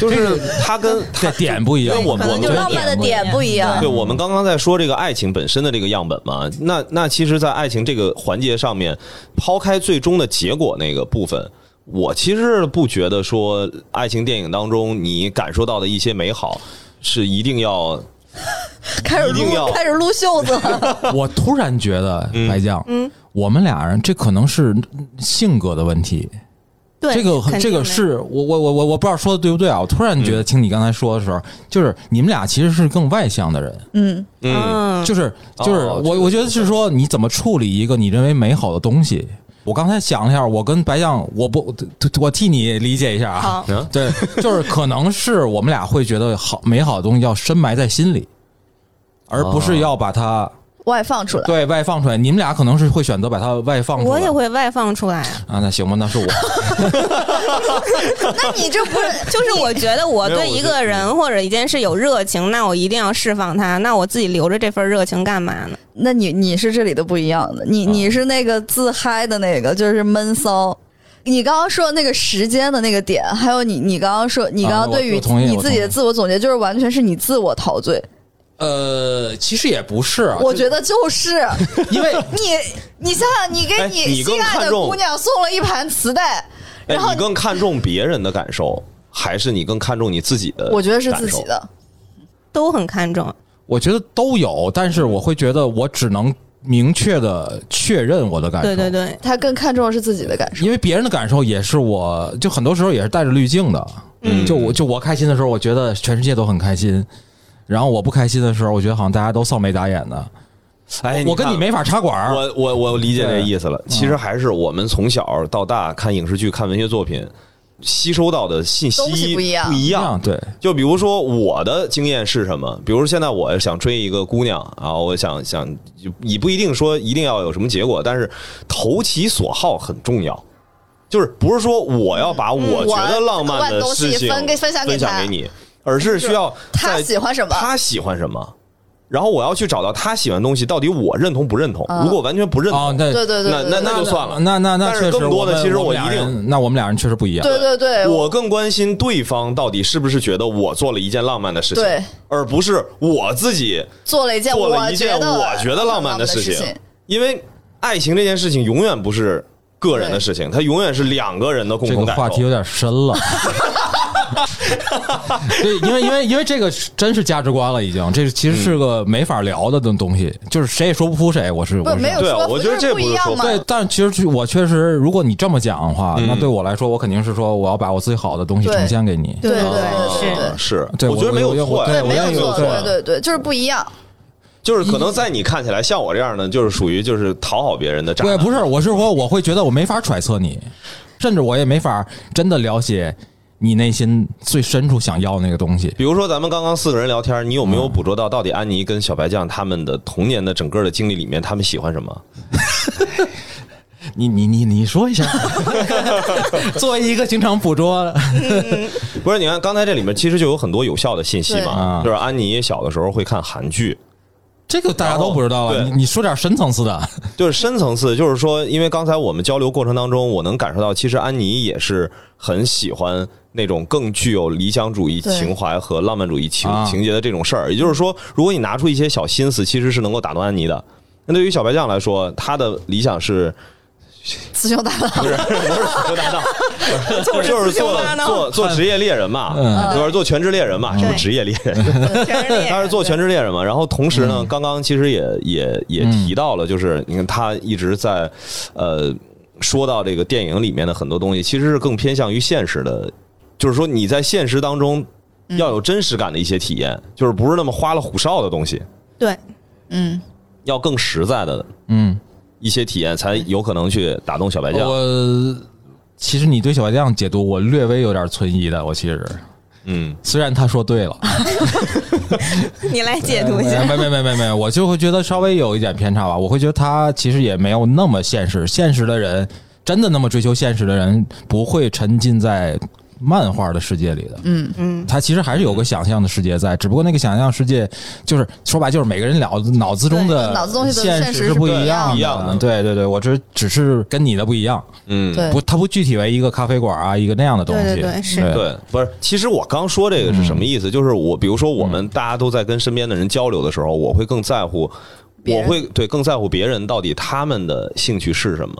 S4: 就是他跟
S2: 这点不一样，
S4: 对
S2: 我
S4: 可
S2: 们
S4: 能
S2: 我们
S4: 就
S2: 这
S1: 浪漫的点不一样
S4: 对，我们刚刚在说这个爱情本身的这个样本嘛，那那其实，在爱情这个环节上面，抛开最终的结果那个部分，我其实不觉得说爱情电影当中你感受到的一些美好是一定要
S1: 开始
S4: 一定要
S1: 撸，开始撸袖 子了。
S2: 我突然觉得
S4: 嗯
S2: 白酱，
S3: 嗯，
S2: 我们俩人这可能是性格的问题，
S3: 对，
S2: 这个很
S3: 肯
S2: 这
S3: 定
S2: 个
S3: 的
S2: 是我我我我我不知道说的对不对啊，我突然
S4: 嗯
S2: 觉得听你刚才说的时候，就是你们俩其实是更外向的人，
S1: 嗯，
S4: 嗯
S3: 嗯，
S2: 就是
S4: 哦
S2: 就是
S4: 这
S2: 我
S4: 个
S2: 我觉得是说你怎么处理一个你认为美好的东西。我刚才想了一下，我跟白酱，我不，我替你理解一下啊。
S3: 好，
S4: 嗯
S2: 对，就是可能是我们俩会觉得好美好的东西要深埋在心里，而不
S4: 哦
S2: 是要把它
S1: 外放 出来。
S2: 对外放出来。你们俩可能是会选择把它外放出来。
S3: 我也会外放出来 啊。
S2: 啊，那行吧，那是我。
S1: 那你这不是
S3: 就是我觉得我
S4: 没有
S3: 对
S4: 我
S3: 一
S4: 觉
S3: 个人或者一件事有热情，那我一定要释放它。那我自己留着这份热情干嘛呢？
S1: 那你你是这里的不一样的，你你是那个自嗨的那个，就是闷骚。你刚刚说的那个时间的那个点，还有你你刚刚说你刚
S2: 啊
S1: 刚
S2: 我
S1: 对于
S2: 我同意
S1: 你
S2: 我
S1: 自己
S2: 同
S1: 的
S2: 意
S1: 自我总结，就是完全是你自我陶醉。
S2: 呃，其实也不 是啊，
S1: 我觉得就是
S2: 因为
S1: 你，你想想，你给
S4: 哎
S1: 你
S4: 你更
S1: 心爱
S4: 看
S1: 的
S4: 重
S1: 姑娘送了一盘磁带，
S4: 哎，
S1: 然后
S4: 你更看重别人的感受，还是你更看重你自己
S2: 呃
S4: 的？
S1: 我觉得是自己。的。
S3: 都很看重。
S2: 我觉得都有，但是我会觉得我只能明确的确认我的感受。
S3: 对对对，
S1: 他更看重的是自己的感受。
S2: 因为别人的感受也是我，就很多时候也是带着滤镜的。
S4: 嗯
S2: 就我就我开心的时候，我觉得全世界都很开心；然后我不开心的时候，我觉得好像大家都扫眉打眼的。
S4: 哎，
S2: 我跟
S4: 看
S2: 你没法插管儿。
S4: 我我我理解这意思了。其实还是我们从小到大看影视剧、看文学作品，吸收到的信
S1: 东西
S4: 息
S1: 不一样
S4: 不一
S2: 一
S4: 样
S2: 样，对，
S4: 就比如说我的经验是什么？比如说现在我想追一个姑娘啊，我想想，就你不一定说一定要有什么结果，但是投其所好很重要。就是不是说我要把我觉得浪漫的事情
S1: 我把东西分给分享给
S4: 分享
S1: 他
S4: 给你，而是需要
S1: 他
S4: 在
S1: 嗯喜欢什么
S4: 他喜欢什么，然后我要去找到他喜欢的东西，到底我认同不认同？
S1: 啊
S4: 如果完全不认
S2: 哦
S4: 同，，
S2: 那
S1: 对对对对，
S4: 那就算了
S2: 那那那
S4: 但是
S2: 确实我
S4: 更
S2: 们，
S4: 多的其实
S2: 我们
S4: 我
S2: 俩
S4: 一定
S2: 人，那我们俩人确实不一样。
S1: 对对对，
S4: 我更关心对方到底是不是觉得我做了一件浪漫的事情
S1: 对，
S4: 而不是我自己
S1: 做了一件
S4: 做了
S1: 我
S4: 一
S1: 觉
S4: 件
S1: 得
S4: 我觉得浪
S1: 浪
S4: 漫
S1: 的
S4: 的事
S1: 情
S4: 情。，因为爱情这件事情永远不是个人的事情，它永远是两个人的共
S2: 这
S4: 同
S2: 个
S4: 感受。
S2: 话题有点深了。对，因为因为因为这个是真是价值观了，已经，这其实
S4: 嗯
S2: 是个没法聊的东东西，就是谁也说不服谁。我是
S1: 不
S2: 我是
S1: 没有
S4: 嗯对
S1: 说服，
S4: 我觉得
S1: 就是
S4: 这
S1: 不
S4: 不
S1: 一
S4: 是
S1: 样
S4: 说
S1: 嘛。
S2: 对，但其实我确实，如果你这么讲的
S4: 嗯
S2: 话，那对我来说，我肯定是说我要把我最好的东西
S1: 对
S2: 呈现给你。
S1: 对对
S4: 啊
S1: 对对
S4: 是
S2: 对
S4: 我觉得
S2: 我
S4: 没有错
S2: 我
S4: 呀，
S2: 对
S1: 对，没
S4: 觉
S1: 有
S4: 得没
S1: 错，
S4: 错呀
S1: 对，对对，就是不一样。
S4: 就是可能在你看起来像我这样的，就是属于就是讨好别人的渣
S2: 对，
S4: 男，
S2: 不是，我是说我会觉得我没法揣测你，甚至我也没法真的了解你内心最深处想要的那个东西。
S4: 比如说，咱们刚刚四个人聊天，你有没有
S2: 嗯
S4: 捕捉到到底安妮跟小白酱他们的童年的整个的经历里面，他们喜欢什么？
S2: 你你你你说 一下，作为一个经常捕捉，
S4: 不是，你看刚才这里面其实就有很多有效的信息嘛，
S2: 对
S4: 就是安妮小的时候会看韩剧，
S2: 这个大家都不知道了。
S4: 然后对
S2: 你你说点深层次的，
S4: 就是深层次，就是说，因为刚才我们交流过程当中，我能感受到，其实安妮也是很喜欢那种更具有理想主义
S1: 对
S4: 情怀和浪漫主义情
S2: 啊
S4: 情节的这种事儿。也就是说，如果你拿出一些小心思，其实是能够打动安妮的。那对于小白酱来说，他的理想是
S1: 雌雄 大盗
S4: 不是不是做搭档，就是做做做职业猎人嘛，
S2: 嗯
S4: 对吧？做全职猎人嘛，什么
S3: 对
S4: 职业猎人？
S3: 全是
S4: 他是做全职猎人嘛，然后同时呢，刚刚其实也也也提到了，就是你看他一直在呃说到这个电影里面的很多东西，其实是更偏向于现实的，就是说你在现实当中要有真实感的一些体验，就是不是那么花里胡哨的东西，
S3: 对，
S1: 嗯，
S4: 要更实在的
S2: 嗯，
S4: 一些体验才有可能去打动小白酱。
S2: 我其实你对小白酱解读，我略微有点存疑的。我其实
S4: 嗯，
S2: 虽然他说对了，
S3: 你来解读一下
S2: 哎。没没没没没，我就会觉得稍微有一点偏差吧。我会觉得他其实也没有那么现实，现实的人真的那么追求现实的人，不会沉浸在漫画的世界里的。
S3: 嗯，
S2: 他其实还是有个想象的世界在，只不过那个想象世界就是说白，就是每个人脑子脑子中的
S1: 对脑子东西跟
S2: 现
S1: 现实
S2: 是
S1: 是
S2: 不
S1: 不
S2: 一
S1: 一样
S2: 样
S1: 的
S2: 的。对对对，我只只是跟你的不一样，
S4: 嗯，
S1: 对，
S2: 不，它不具体为一个咖啡馆啊，一个那样的东西。
S3: 对对对是
S4: 对，不是，其实我刚说这个是什么意
S1: 嗯
S4: 思？就是我，比如说我们大家都在跟身边的人交流的时候，我会更在乎，
S1: 别
S4: 我
S1: 人
S4: 会对更在乎别人到底他们的兴趣是什么，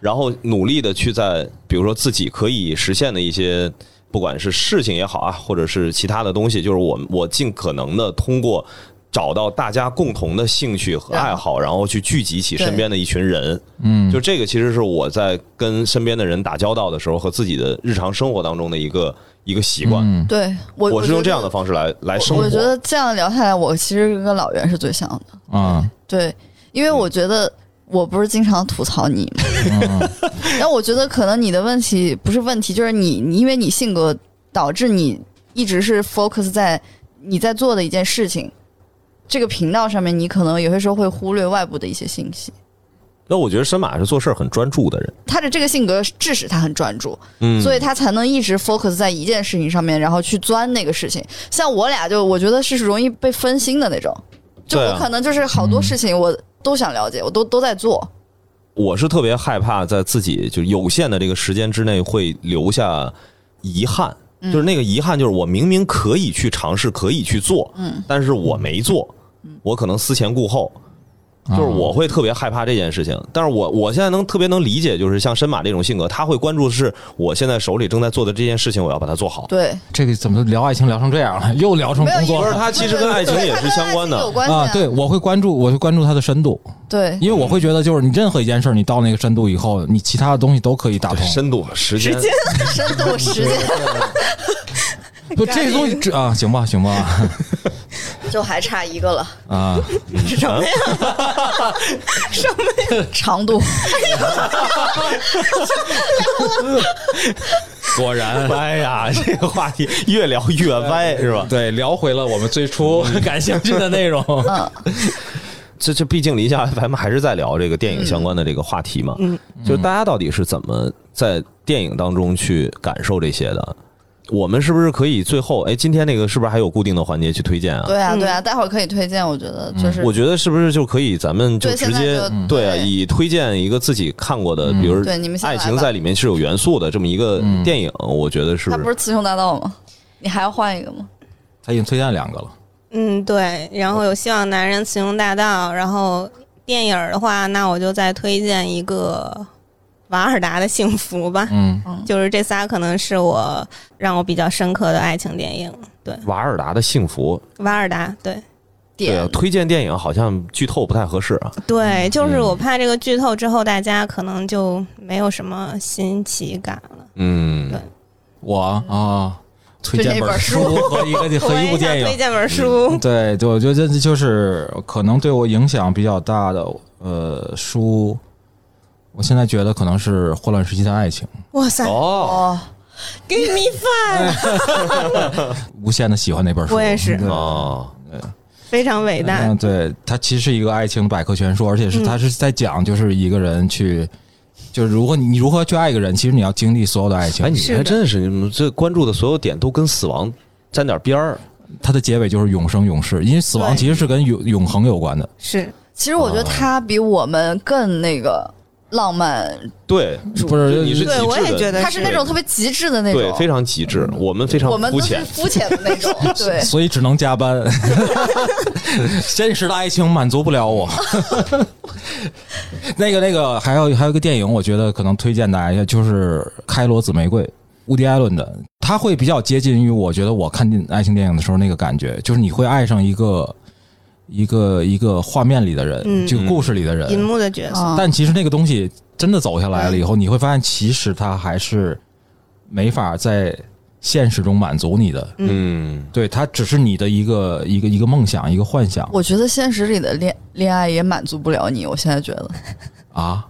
S4: 然后努力的去在，比如说自己可以实现的一些，不管是事情也好啊，或者是其他的东西，就是我我尽可能的通过。找到大家共同的兴趣和爱好，然后去聚集起身边的一群人，
S2: 嗯，
S4: 就这个其实是我在跟身边的人打交道的时候和自己的日常生活当中的一个一个习惯。
S2: 嗯，
S1: 对我
S4: 我是用这样的
S1: 方
S4: 方式来来生活。
S1: 我觉得这样聊下来，我其实跟老袁是最像的，
S2: 啊，
S1: 对，因
S4: 嗯
S1: 为我觉得我不是经常吐槽你吗
S2: 嗯
S1: 但我觉得可能你的问题不是问题，就是你你因为你性格导致你一直是 focus 在你在做的一件事情这个频道上面，你可能有些时候会忽略外部的一些信息。
S4: 那我觉得申马是做事儿很专注的人，
S1: 他的这个性格致使他很专注，
S4: 嗯
S1: 所以他才能一直 focus 在一件事情上面，然后去钻那个事情。像我俩就我觉得是容易被分心的那种，就
S4: 对啊
S1: 我可能就是好多事情我都想了解，我都都在做。
S4: 我是特别害怕在自己就有限的这个时间之内会留下遗憾，
S1: 嗯
S4: 就是那个遗憾，就是我明明可以去尝试，可以去做，嗯，但是我没做，
S1: 嗯
S4: 我可能思前顾后，
S2: 嗯
S3: 啊
S4: 就是我会特别害怕这件事情。但是我我现在能特别能理解，就是像申马这种性格，他会关注的是我现在手里正在做的这件事情，我要把它做好。
S1: 对，
S2: 这个怎么聊爱情聊成这样了？ 又聊成
S1: 没有因
S2: 嗯工作
S1: 为
S4: 不是
S2: 了。
S4: 他其实跟爱情也是相关的
S1: 有关系
S2: 啊，对，我会关注，我会关注它的深度，
S1: 对
S2: 因为我会觉得，就是你任何一件事儿，你到那个深度以后，你其他的东西都可以打通。
S4: 深度、时间，
S1: 深度时间。
S2: 不，这个东西这啊，行吧，行吧，
S1: 就还差一 个了，
S2: 啊，
S3: 是什么呀？
S1: 长 度。
S2: 果然，
S4: 哎呀，这个话题越聊越歪，是吧？
S2: 对，聊回了我们最 初感兴趣的内容。
S1: 嗯
S4: 这这毕竟离下，咱们还是在聊这个电影相关的这个话题嘛。
S3: 嗯，
S4: 就是大家到底是怎么在电影当中去感受这些的？我们是不是可以最后？哎，今天那个是不是还有固定的环节去推荐啊？
S1: 对啊，对啊，待会儿可以推荐，我觉得就是
S4: 嗯我觉得是不是就可以，咱们就
S1: 对
S4: 直
S1: 现在
S4: 接
S1: 就嗯
S4: 对啊，
S1: 对
S4: 以推荐一个自己看过的，比如
S1: 对你们先
S4: 爱
S1: 来
S4: 情
S1: 吧
S4: 在里面是有元素的这么一个
S2: 嗯
S4: 电影，我觉得是
S1: 他不是雌雄大盗吗？你还要换一个吗？
S2: 他已经推荐两个了，
S3: 嗯，对。然后有希望男人、雌雄大盗，然后电影儿的话，那我就再推荐一个《瓦尔达的幸福》吧。
S2: 嗯，
S4: 啊
S3: 就是这仨可能是我让我比较深刻的爱情电影。对，
S4: 瓦尔达的幸福，
S3: 瓦尔达，对
S4: 对啊
S1: 点，
S4: 推荐电影好像剧透不太合适
S1: 嗯
S4: 啊。
S3: 对，就是我怕这个剧透之后，大家可能就没有什么新奇感了。
S4: 嗯
S3: 对
S2: 我啊，推荐
S1: 就那本
S2: 书
S1: 书
S2: 和 一个
S3: 我
S2: 和一部电
S3: 也想推
S2: 影。
S1: 嗯
S3: 荐本书，
S2: 对对，我觉得这就是可能对我影响比较大的呃书，我现在觉得可能是《霍乱时期的爱情
S3: 哇塞
S4: 哦
S1: 哦，
S3: ，Give me five，》，
S2: 无限的喜欢那本书。
S3: 我也是
S2: 对
S4: 哦，
S3: 非常伟大
S2: 嗯，。对，它其实是一个爱情百科全书，而且是
S3: 嗯
S2: 它是在讲就是一个人去就是如果你如何去爱一个人，其实你要经历所有的爱情。
S4: 哎，你
S3: 是
S4: 还
S3: 的
S4: 真是，你们这关注的所有点都跟死亡沾点边儿。
S2: 它的结尾就是永生永世，因为死亡
S3: 对
S2: 其实是跟永永恒有关的。
S3: 是
S1: 其实我觉得他比我们更那个浪漫，
S4: 对，
S2: 不是
S4: 你是极
S3: 对
S4: 致
S3: 我也
S4: 的
S3: 觉得
S1: 他是那种特别极致的那种
S4: 对，，非常极致，我们非常
S1: 我们
S4: 肤
S1: 都是
S4: 浅。
S1: 肤浅的那种， 对。
S2: 所以 只能加班。 现实的爱情满足不了我。 那个那个，还有还有一个电影，我觉得可能推荐大家一下，就是《开罗紫玫瑰》，乌迪艾伦的，它会比较接近于我觉得我看电爱情电影的时候那个感觉，就是你会爱上一个一个一个画面里的人，
S3: 嗯嗯
S2: 就故事里的人，嗯
S3: 银幕的角色，
S1: 啊
S2: 但其实那个东西真的走下来了以后，你会发现，其实它还是没法在现实中满足你的。
S4: 嗯，
S2: 对，它只是你的一个一个一个梦想，一个幻想
S1: 我觉得现实里的恋恋爱也满足不了你，我现在觉得
S2: 啊！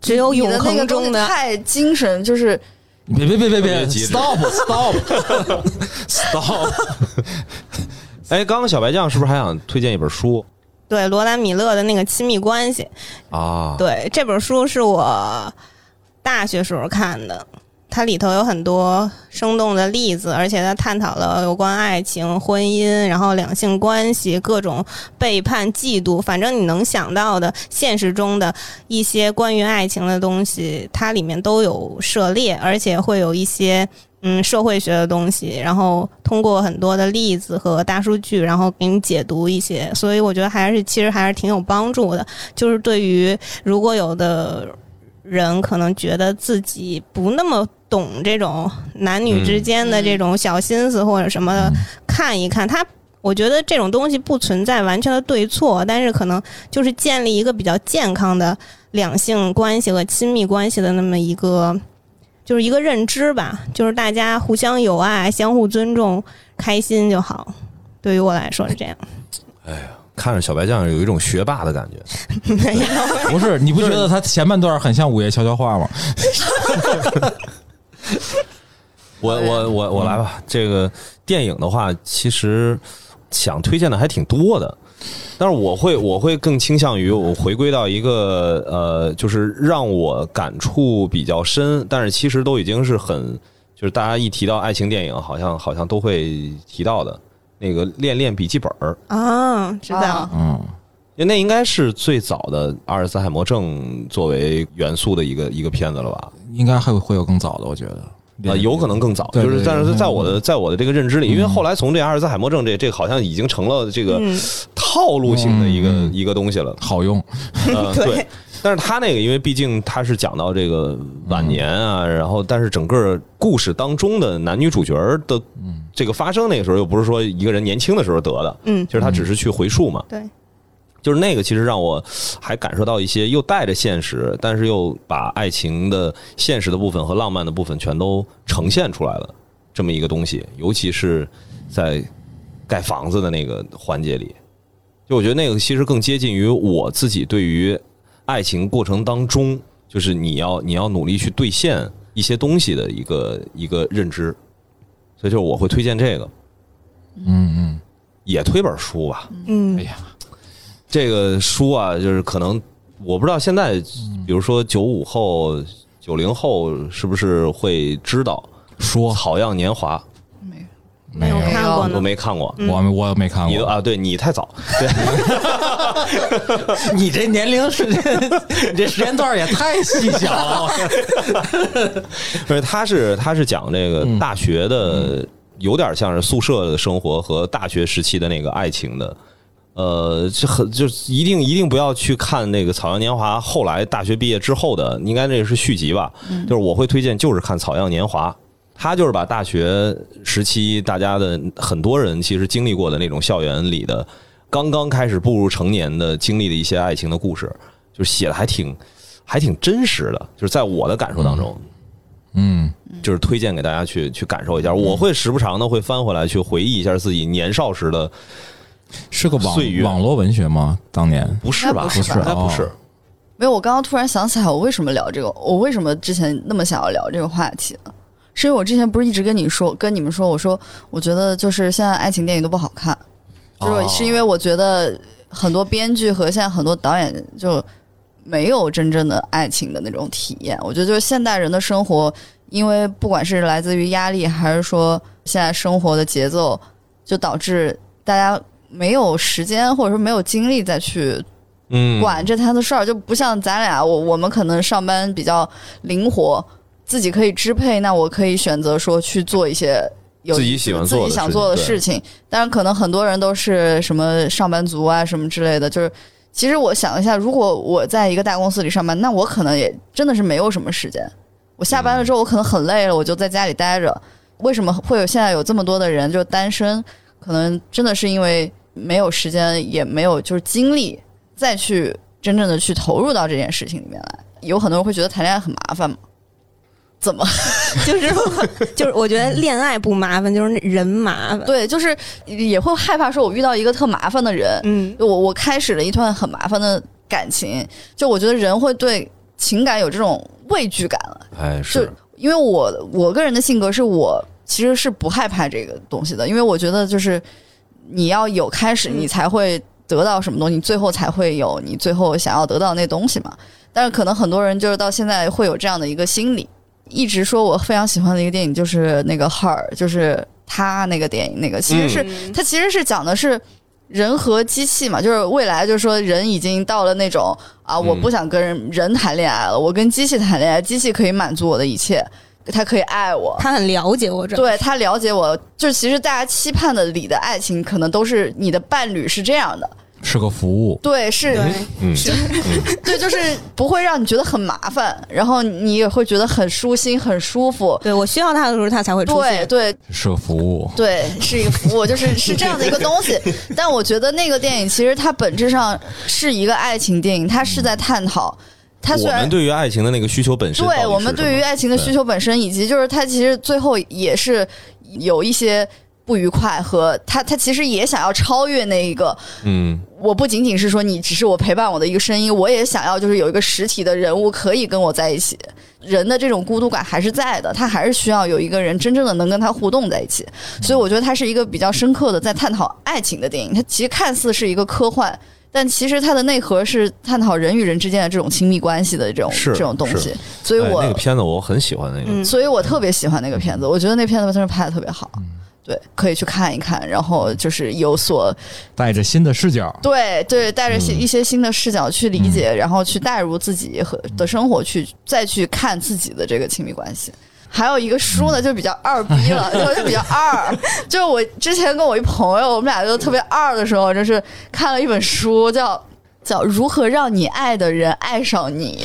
S3: 只有
S1: 你
S3: 永
S1: 的那个
S3: 恒
S1: 东西
S3: 中的
S1: 太精神，就是
S2: 你别别别别别
S4: 特别极致
S2: ，stop stop stop！
S4: 哎，刚刚小白酱是不是还想推荐一本书
S3: 对罗兰米勒的那个亲密关系，
S4: 啊？
S3: 对这本书是我大学时候看的，它里头有很多生动的例子，而且它探讨了有关爱情、婚姻，然后两性关系、各种背叛、嫉妒，反正你能想到的现实中的一些关于爱情的东西，它里面都有涉猎，而且会有一些。嗯，社会学的东西，然后通过很多的例子和大数据，然后给你解读一些，所以我觉得还是其实还是挺有帮助的。就是对于如果有的人可能觉得自己不那么懂这种男女之间的这种小心思或者什么的，看一看他。我觉得这种东西不存在完全的对错，但是可能就是建立一个比较健康的两性关系和亲密关系的那么一个，就是一个认知吧，就是大家互相友爱、相互尊重、开心就好。对于我来说是这样，
S4: 看着小白酱有一种学霸的感觉。
S3: 没有
S2: 不是，你不觉得它前半段很像《午夜悄悄话》吗？
S4: 我我我我来
S2: 嗯
S4: 吧。这个电影的话，其实想推荐的还挺多的，但是我会我会更倾向于我回归到一个呃，就是让我感触比较深，但是其实都已经是很就是大家一提到爱情电影，好像好像都会提到的那个《恋恋笔记本》儿。
S3: 啊，知道。
S1: 啊
S2: 嗯，
S4: 因为那应该是最早的阿尔茨海默症作为元素的一个一个片子了吧？
S2: 应该还会会有更早的，我觉得
S4: 啊，有可能更早，
S2: 对
S4: 就是
S2: 对嗯
S4: 但
S2: 有可
S4: 是
S2: 能
S4: 在我的在我的这个认知里，因为后来从这阿尔茨海默症这这个好像已经成了这个
S3: 嗯
S4: 套路性的一个、
S2: 嗯
S4: 一个东西 了，
S2: 好用。
S4: 呃
S3: 对
S4: 对。但是他那个，因为毕竟他是讲到这个晚年啊，
S2: 嗯
S4: 然后但是整个故事当中的男女主角的
S2: 嗯
S4: 这个发生，那个时候又不是说一个人年轻的时候得的，
S3: 嗯
S4: 其，实他只是去回溯嘛。
S3: 对，
S4: 就是那个，其实让我还感受到一些又带着现实，但是又把爱情的现实的部分和浪漫的部分全都呈现出来了，这么一个东西。尤其是在盖房子的那个环节里，就我觉得那个其实更接近于我自己对于爱情过程当中，就是你要你要努力去兑现一些东西的一个一个认知。所以就是我会推荐这个，
S2: 嗯嗯，
S4: 也推本书吧。
S3: 嗯
S2: 哎，呀，
S4: 这个书啊，就是可能我不知道现在，比如说九五后、九零后是不是会知道《
S2: 说
S4: 草样年华
S1: 没有
S2: 没有
S3: 没有看过》？
S4: 我
S3: 呢。
S4: 没看过，
S2: 我我没看
S4: 你都
S2: 过，
S4: 啊，对你太早，对，
S2: 你这年龄时间，你这时间段也太细小 了。
S4: 因为他是他是讲这个
S2: 嗯
S4: 大学的，有点像是宿舍的生活和大学时期的那个爱情的。呃，这很就是一定一定不要去看那个《草样年华》，后来大学毕业之后的，应该那是续集吧？
S2: 嗯
S4: 就是我会推荐，就是看《草样年华》，他就是把大学时期大家的很多人其实经历过的那种校园里的刚刚开始步入成年的经历的一些爱情的故事，就是写的还挺还挺真实的，就是在我的感受当中，
S2: 嗯，
S4: 就是推荐给大家去去感受一下。
S1: 嗯
S4: 我会时不常的会翻回来去回忆一下自己年少时的，
S2: 是个网
S4: 岁月
S2: 网络文学吗？当年
S4: 不是吧？
S1: 应该不是吧
S4: 应该不是
S2: 哦。
S1: 没有，我刚刚突然想起来，我为什么聊这个？我为什么之前那么想要聊这个话题呢？是因为我之前不是一直跟你说，跟你们说，我说我觉得就是现在爱情电影都不好看，就是
S4: 哦
S1: 是因为我觉得很多编剧和现在很多导演就没有真正的爱情的那种体验。我觉得就是现代人的生活，因为不管是来自于压力，还是说现在生活的节奏，就导致大家没有时间或者说没有精力再去
S4: 嗯，
S1: 管这摊子事儿，就不像咱俩，我我们可能上班比较灵活，自己可以支配，那我可以选择说去做一些有
S4: 自己喜欢
S1: 自
S4: 做的
S1: 己想做的事情。但是可能很多人都是什么上班族啊什么之类的，就是。其实我想一下，如果我在一个大公司里上班，那我可能也真的是没有什么时间。我下班了之后，我可能很累了，我就在家里待着。为什么会有现在有这么多的人就单身？可能真的是因为没有时间，也没有就是精力再去真正的去投入到这件事情里面来。有很多人会觉得谈恋爱很麻烦嘛？怎么
S3: 就是就是，我 觉得恋爱不麻烦，就是人麻烦。
S1: 对？就是也会害怕说，我遇到一个特麻烦的人，
S3: 嗯，
S1: 我我开始了一段很麻烦的感情。就我觉得人会对情感有这种畏惧感了。
S4: 哎，
S1: 就是因为我我个人的性格是我其实是不害怕这个东西的，因为我觉得就是你要有开始，
S3: 嗯
S1: 你才会得到什么东西，你最后才会有你最后想要得到那东西嘛。但是可能很多人就是到现在会有这样的一个心理，一直说我非常喜欢的一个电影就是那个《Her》，就是他那个电影，那个其实是、
S3: 嗯
S1: 它其实是讲的是人和机器嘛，就是未来就是说人已经到了那种啊，
S3: 嗯
S1: 我不想跟人人谈恋爱了，我跟机器谈恋爱，机器可以满足我的一切，它可以爱我。
S3: 他很了解我这。
S1: 对它了解我，就是其实大家期盼的里的爱情，可能都是你的伴侣是这样的，
S2: 是个服务，
S1: 对，是
S3: 对，
S4: 嗯，
S1: 对，就是不会让你觉得很麻烦，然后你也会觉得很舒心、很舒服。
S3: 对我需要他的时候，他才会出
S1: 对
S3: 现。
S1: 对，
S2: 是个服务。
S1: 对，是一个服务，就是是这样的一个东西。但我觉得那个电影其实它本质上是一个爱情电影，它是在探讨，它虽
S4: 我
S1: 然
S4: 们对于爱情的那个需求本身到底是
S1: 对
S4: 什么，
S1: 我们对于爱情的需求本身，以及就是它其实最后也是有一些不愉快和他他其实也想要超越那一个，
S4: 嗯，
S1: 我不仅仅是说你只是我陪伴我的一个声音，我也想要就是有一个实体的人物可以跟我在一起。人的这种孤独感还是在的，他还是需要有一个人真正的能跟他互动在一起。
S4: 嗯
S1: 所以我觉得它是一个比较深刻的在探讨爱情的电影。它其实看似是一个科幻，但其实它的内核是探讨人与人之间的这种亲密关系的这种
S4: 是
S1: 这种东西
S4: 是。
S1: 所以
S4: 哎
S1: 我、
S4: 那个片子嗯我很喜欢那个，
S3: 嗯，
S1: 所以我特别喜欢那个片子，我觉得那片子真是拍的特别好。对，可以去看一看，然后就是有所
S2: 带着新的视角，
S1: 对对，带着新一些新的视角去理解，然后去带入自己和的生活去，再去看自己的这个亲密关系。还有一个书呢，就比较二逼了，就就比较二。就是我之前跟我一朋友，我们俩就特别二的时候，就是看了一本书，叫叫《如何让你爱的人爱上你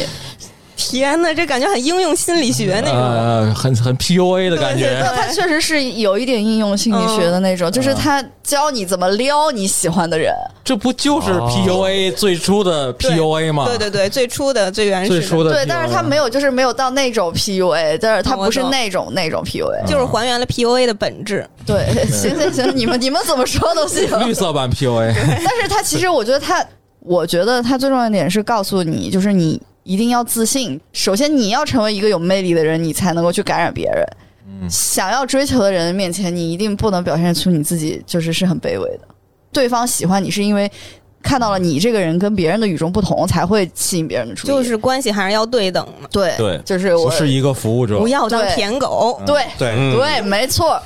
S3: 天呐，这感觉很应用心理学哎那种。
S2: 呃，很很 PUA 的感》。觉。
S1: 那它确实是有一点应用心理学的那种，就是它教你怎么撩你喜欢的人。
S2: 这不就是
S4: 哦
S2: PUA 最初的
S3: 对
S2: PUA 吗？
S3: 对对对，最初的最原始
S2: 嗯最
S3: 的，
S2: 初的 PUA。
S1: 对，但是他没有，就是没有到那种 PUA，但是他不是那种那种 PUA。
S3: 就是还原了 PUA 的本质。
S2: 嗯
S1: 对，行行行，你们你们怎么说都 行。
S2: 绿色版 PUA，
S1: 但是他其实我觉得他，我觉得他最重要的点是告诉你，就是你一定要自信。首先，你要成为一个有魅力的人，你才能够去感染别人。想要追求的人面前，你一定不能表现出你自己就是是很卑微的。对方喜欢你是因为看到了你这个人跟别人的与众不同，才会吸引别人的注意。
S3: 就是关系还是要对等嘛，
S1: 对
S4: 对
S1: 就是
S2: 不
S1: 我
S2: 是一个服务者
S3: 不。要当
S1: 对
S3: 舔狗。
S1: 对。
S2: 对
S4: 嗯
S1: 对，没错，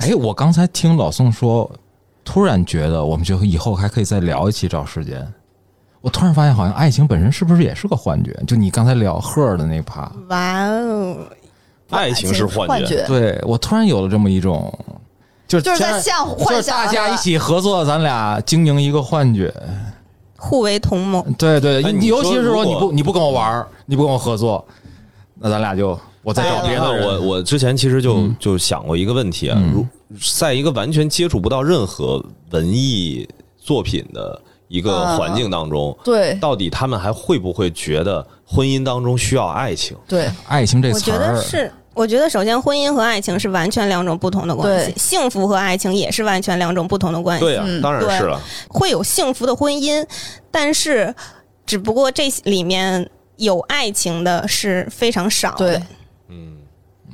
S2: 哎，我刚才听老宋说，突然觉得我们就以后还可以再聊一期找时间。我突然发现，好像爱情本身是不是也是个幻觉？就你刚才聊赫尔的那趴，
S3: 哇哦，
S4: 爱情是
S1: 幻
S4: 幻觉，
S2: 对我突然有了这么一种，就是
S1: 就是在
S2: 现
S1: 向
S2: 就
S1: 幻
S2: 是
S1: 想
S2: 大家
S1: 是吧
S2: 一起合作，咱俩经营一个幻觉。
S3: 互为同谋。
S2: 对对，
S4: 哎
S2: 你
S4: 你
S2: 尤
S4: 说
S2: 其是说
S4: 如
S2: 你
S4: 果
S2: 不你不跟我玩儿，你不跟我合作，那咱俩就我再找别
S4: 那
S2: 的人。
S4: 哎我我之前其实就就想过一个问题啊，如在一个完全接触不到任何文艺作品的一个环境当中，
S1: 对
S4: 到底他们还会不会觉得婚姻当中需要爱情？
S1: 对
S2: 爱嗯情这
S3: 我
S2: 词
S3: 觉
S2: 儿
S3: 得，是，我觉得首先婚姻和爱情是完全两种不同的关系
S1: 对，
S3: 幸福和爱情也是完全两种不同的关系。
S4: 对啊，当然是了。
S3: 会有幸福的婚姻，但是只不过这里面有爱情的是非常少的。
S1: 对
S4: 嗯，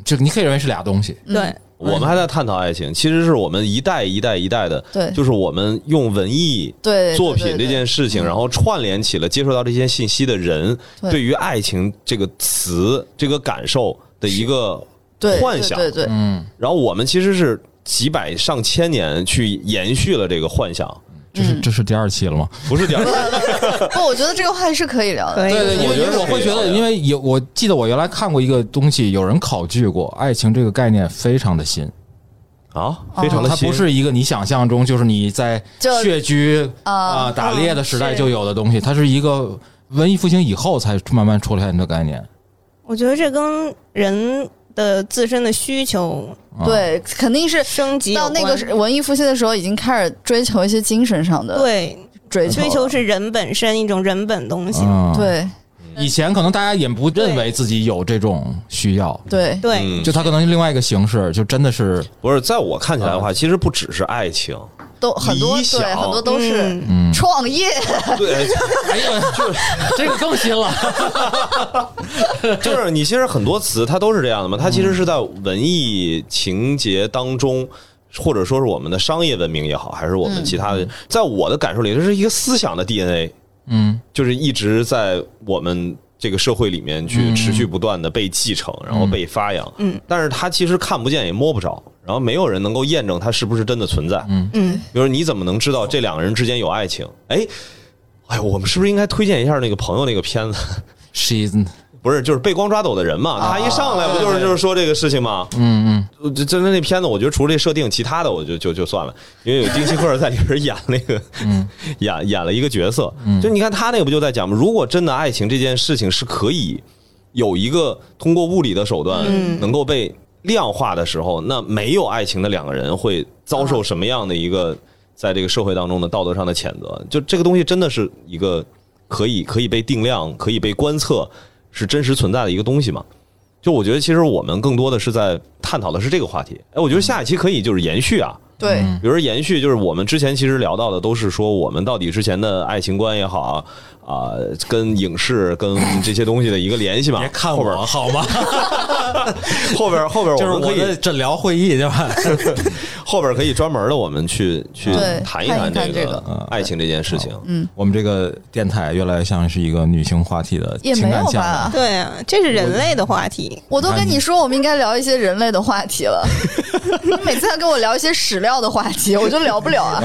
S2: 就你可以认为是俩东西。
S1: 嗯
S3: 对，
S4: 我们还在探讨爱情，其实是我们一代一代一代的，
S1: 对
S4: 就是我们用文艺
S1: 对
S4: 作品这件事情，
S1: 对对嗯
S4: 然后串联起了接受到这些信息的人
S1: 对
S4: 对于爱情这个词、这个感受的一个
S1: 对对
S4: 幻想。
S1: 对对对
S2: 嗯，
S4: 然后我们其实是几百上千年去延续了这个幻想，
S2: 这是这是第二期了吗？
S4: 不是第二 个
S1: 不，我觉得这个话题是可以聊的。
S3: 可以
S2: 对对，因
S4: 我
S2: 为
S4: 觉
S2: 因
S4: 得
S2: 为我
S4: 是
S2: 会觉
S4: 这
S2: 得，
S4: 样
S2: 因为有我记得我原来看过一个东西，有人考据过爱情这个概念非常的新，
S4: 啊，
S1: 哦
S4: 非常的
S2: 它
S4: 新
S2: 不是一个你想象中就是你在
S1: 就
S2: 穴居
S1: 啊
S2: 啊、打猎的时代
S3: 是
S2: 就有的东西，它是一个文艺复兴以后才慢慢出现的概念。
S3: 我觉得这跟人的自身的需求
S2: 啊，
S1: 对，肯定是
S3: 升级有
S1: 到那个
S3: 关
S1: 时文艺复兴的时候，已经开始追求一些精神上的
S3: 对
S1: 追求了，
S3: 追求是人本身一种人本东西。
S4: 啊
S2: 嗯，
S1: 对
S2: 以前可能大家也不认为自己有这种需要，
S1: 对
S3: 对，
S4: 嗯
S2: 就它可能是另外一个形式，就真的是
S4: 不是在我看起来的话，其实不只是爱 情，
S1: 都很多
S4: 理想
S1: 对很多都是
S3: 嗯
S2: 嗯，
S1: 创业，
S4: 对，
S2: 哎呦，这个更新了，
S4: 就是你其实很多词它都是这样的嘛，它其实是在文艺情节当中，或者说是我们的商业文明也好，还是我们其他的，在我的感受里，这是一个思想的 DNA，
S2: 嗯。
S4: 就是一直在我们这个社会里面去
S2: 嗯
S4: 持续不断的被继承，然后被发扬。
S3: 嗯，
S4: 但是它其实看不见也摸不着，然后没有人能够验证它是不是真的存在。嗯
S3: 嗯，
S4: 比如说你怎么能知道这两个人之间有爱情？哎，哎呦，我们是不是应该推荐一下那个朋友那个片子？
S2: She's
S4: 不是，就是被光抓走的人嘛，他一上来不就是就是说这个事情吗？
S2: 嗯
S4: 呃这真的那片子，我觉得除了这设定，其他的我就就就算了，因为有丁西克在里边演那个， 演演了一个角色，就你看他那个不就在讲吗？如果真的爱情这件事情是可以有一个通过物理的手段能够被量化的时候，那没有爱情的两个人会遭受什么样的一个在这个社会当中的道德上的谴责？就这个东西真的是一个可以可以被定量、可以被观测是真实存在的一个东西嘛？就我觉得，其实我们更多的是在探讨的是这个话题。哎，我觉得下一期可以就是延续啊，
S1: 对
S4: 比如说延续，就是我们之前其实聊到的都是说我们到底之前的爱情观也好啊、跟影视跟这些东西的一个联 系嘛。
S2: 别看
S4: 啊后边
S2: 我好吗？
S4: 后边 后 边
S2: 就
S4: 我
S2: 是
S4: 们可
S2: 我的
S4: 以
S2: 诊疗会议对吧？
S4: 后边可以专门的我们去去
S1: 对
S4: 谈一
S1: 看
S4: 谈
S1: 一看
S4: 这
S1: 这
S4: 个
S1: 个嗯
S4: 爱情这件事情。
S2: 我们这个电台越来越像是一个女性话题的
S1: 也
S2: 情
S1: 没有
S2: 感项
S1: 吧
S2: 目。？
S3: 对啊，这是人类的话题。
S1: 我都跟你说，我们应该聊一些人类的话题 了。你每次要跟我聊一些史料的话题，我就聊不了啊。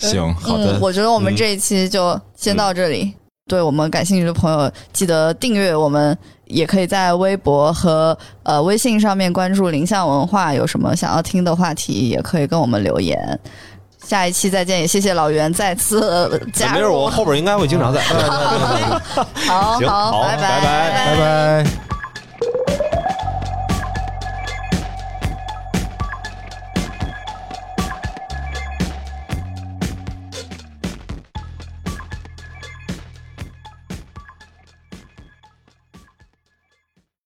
S2: 行，好
S1: 嗯
S2: 的，，
S1: 我觉得我们这一期就先到这里。对我们感兴趣的朋友，记得订阅我们，也可以在微博和呃微信上面关注林相文化。有什么想要听的话题，也可以跟我们留言。下一期再见，也谢谢老袁再次
S4: 哎
S1: 加
S4: 没事，
S1: 入
S4: 我。后边应该会经常在。
S1: 好
S4: 行
S1: 好，
S4: 好
S1: 拜
S4: 拜拜
S1: 拜
S2: 拜拜。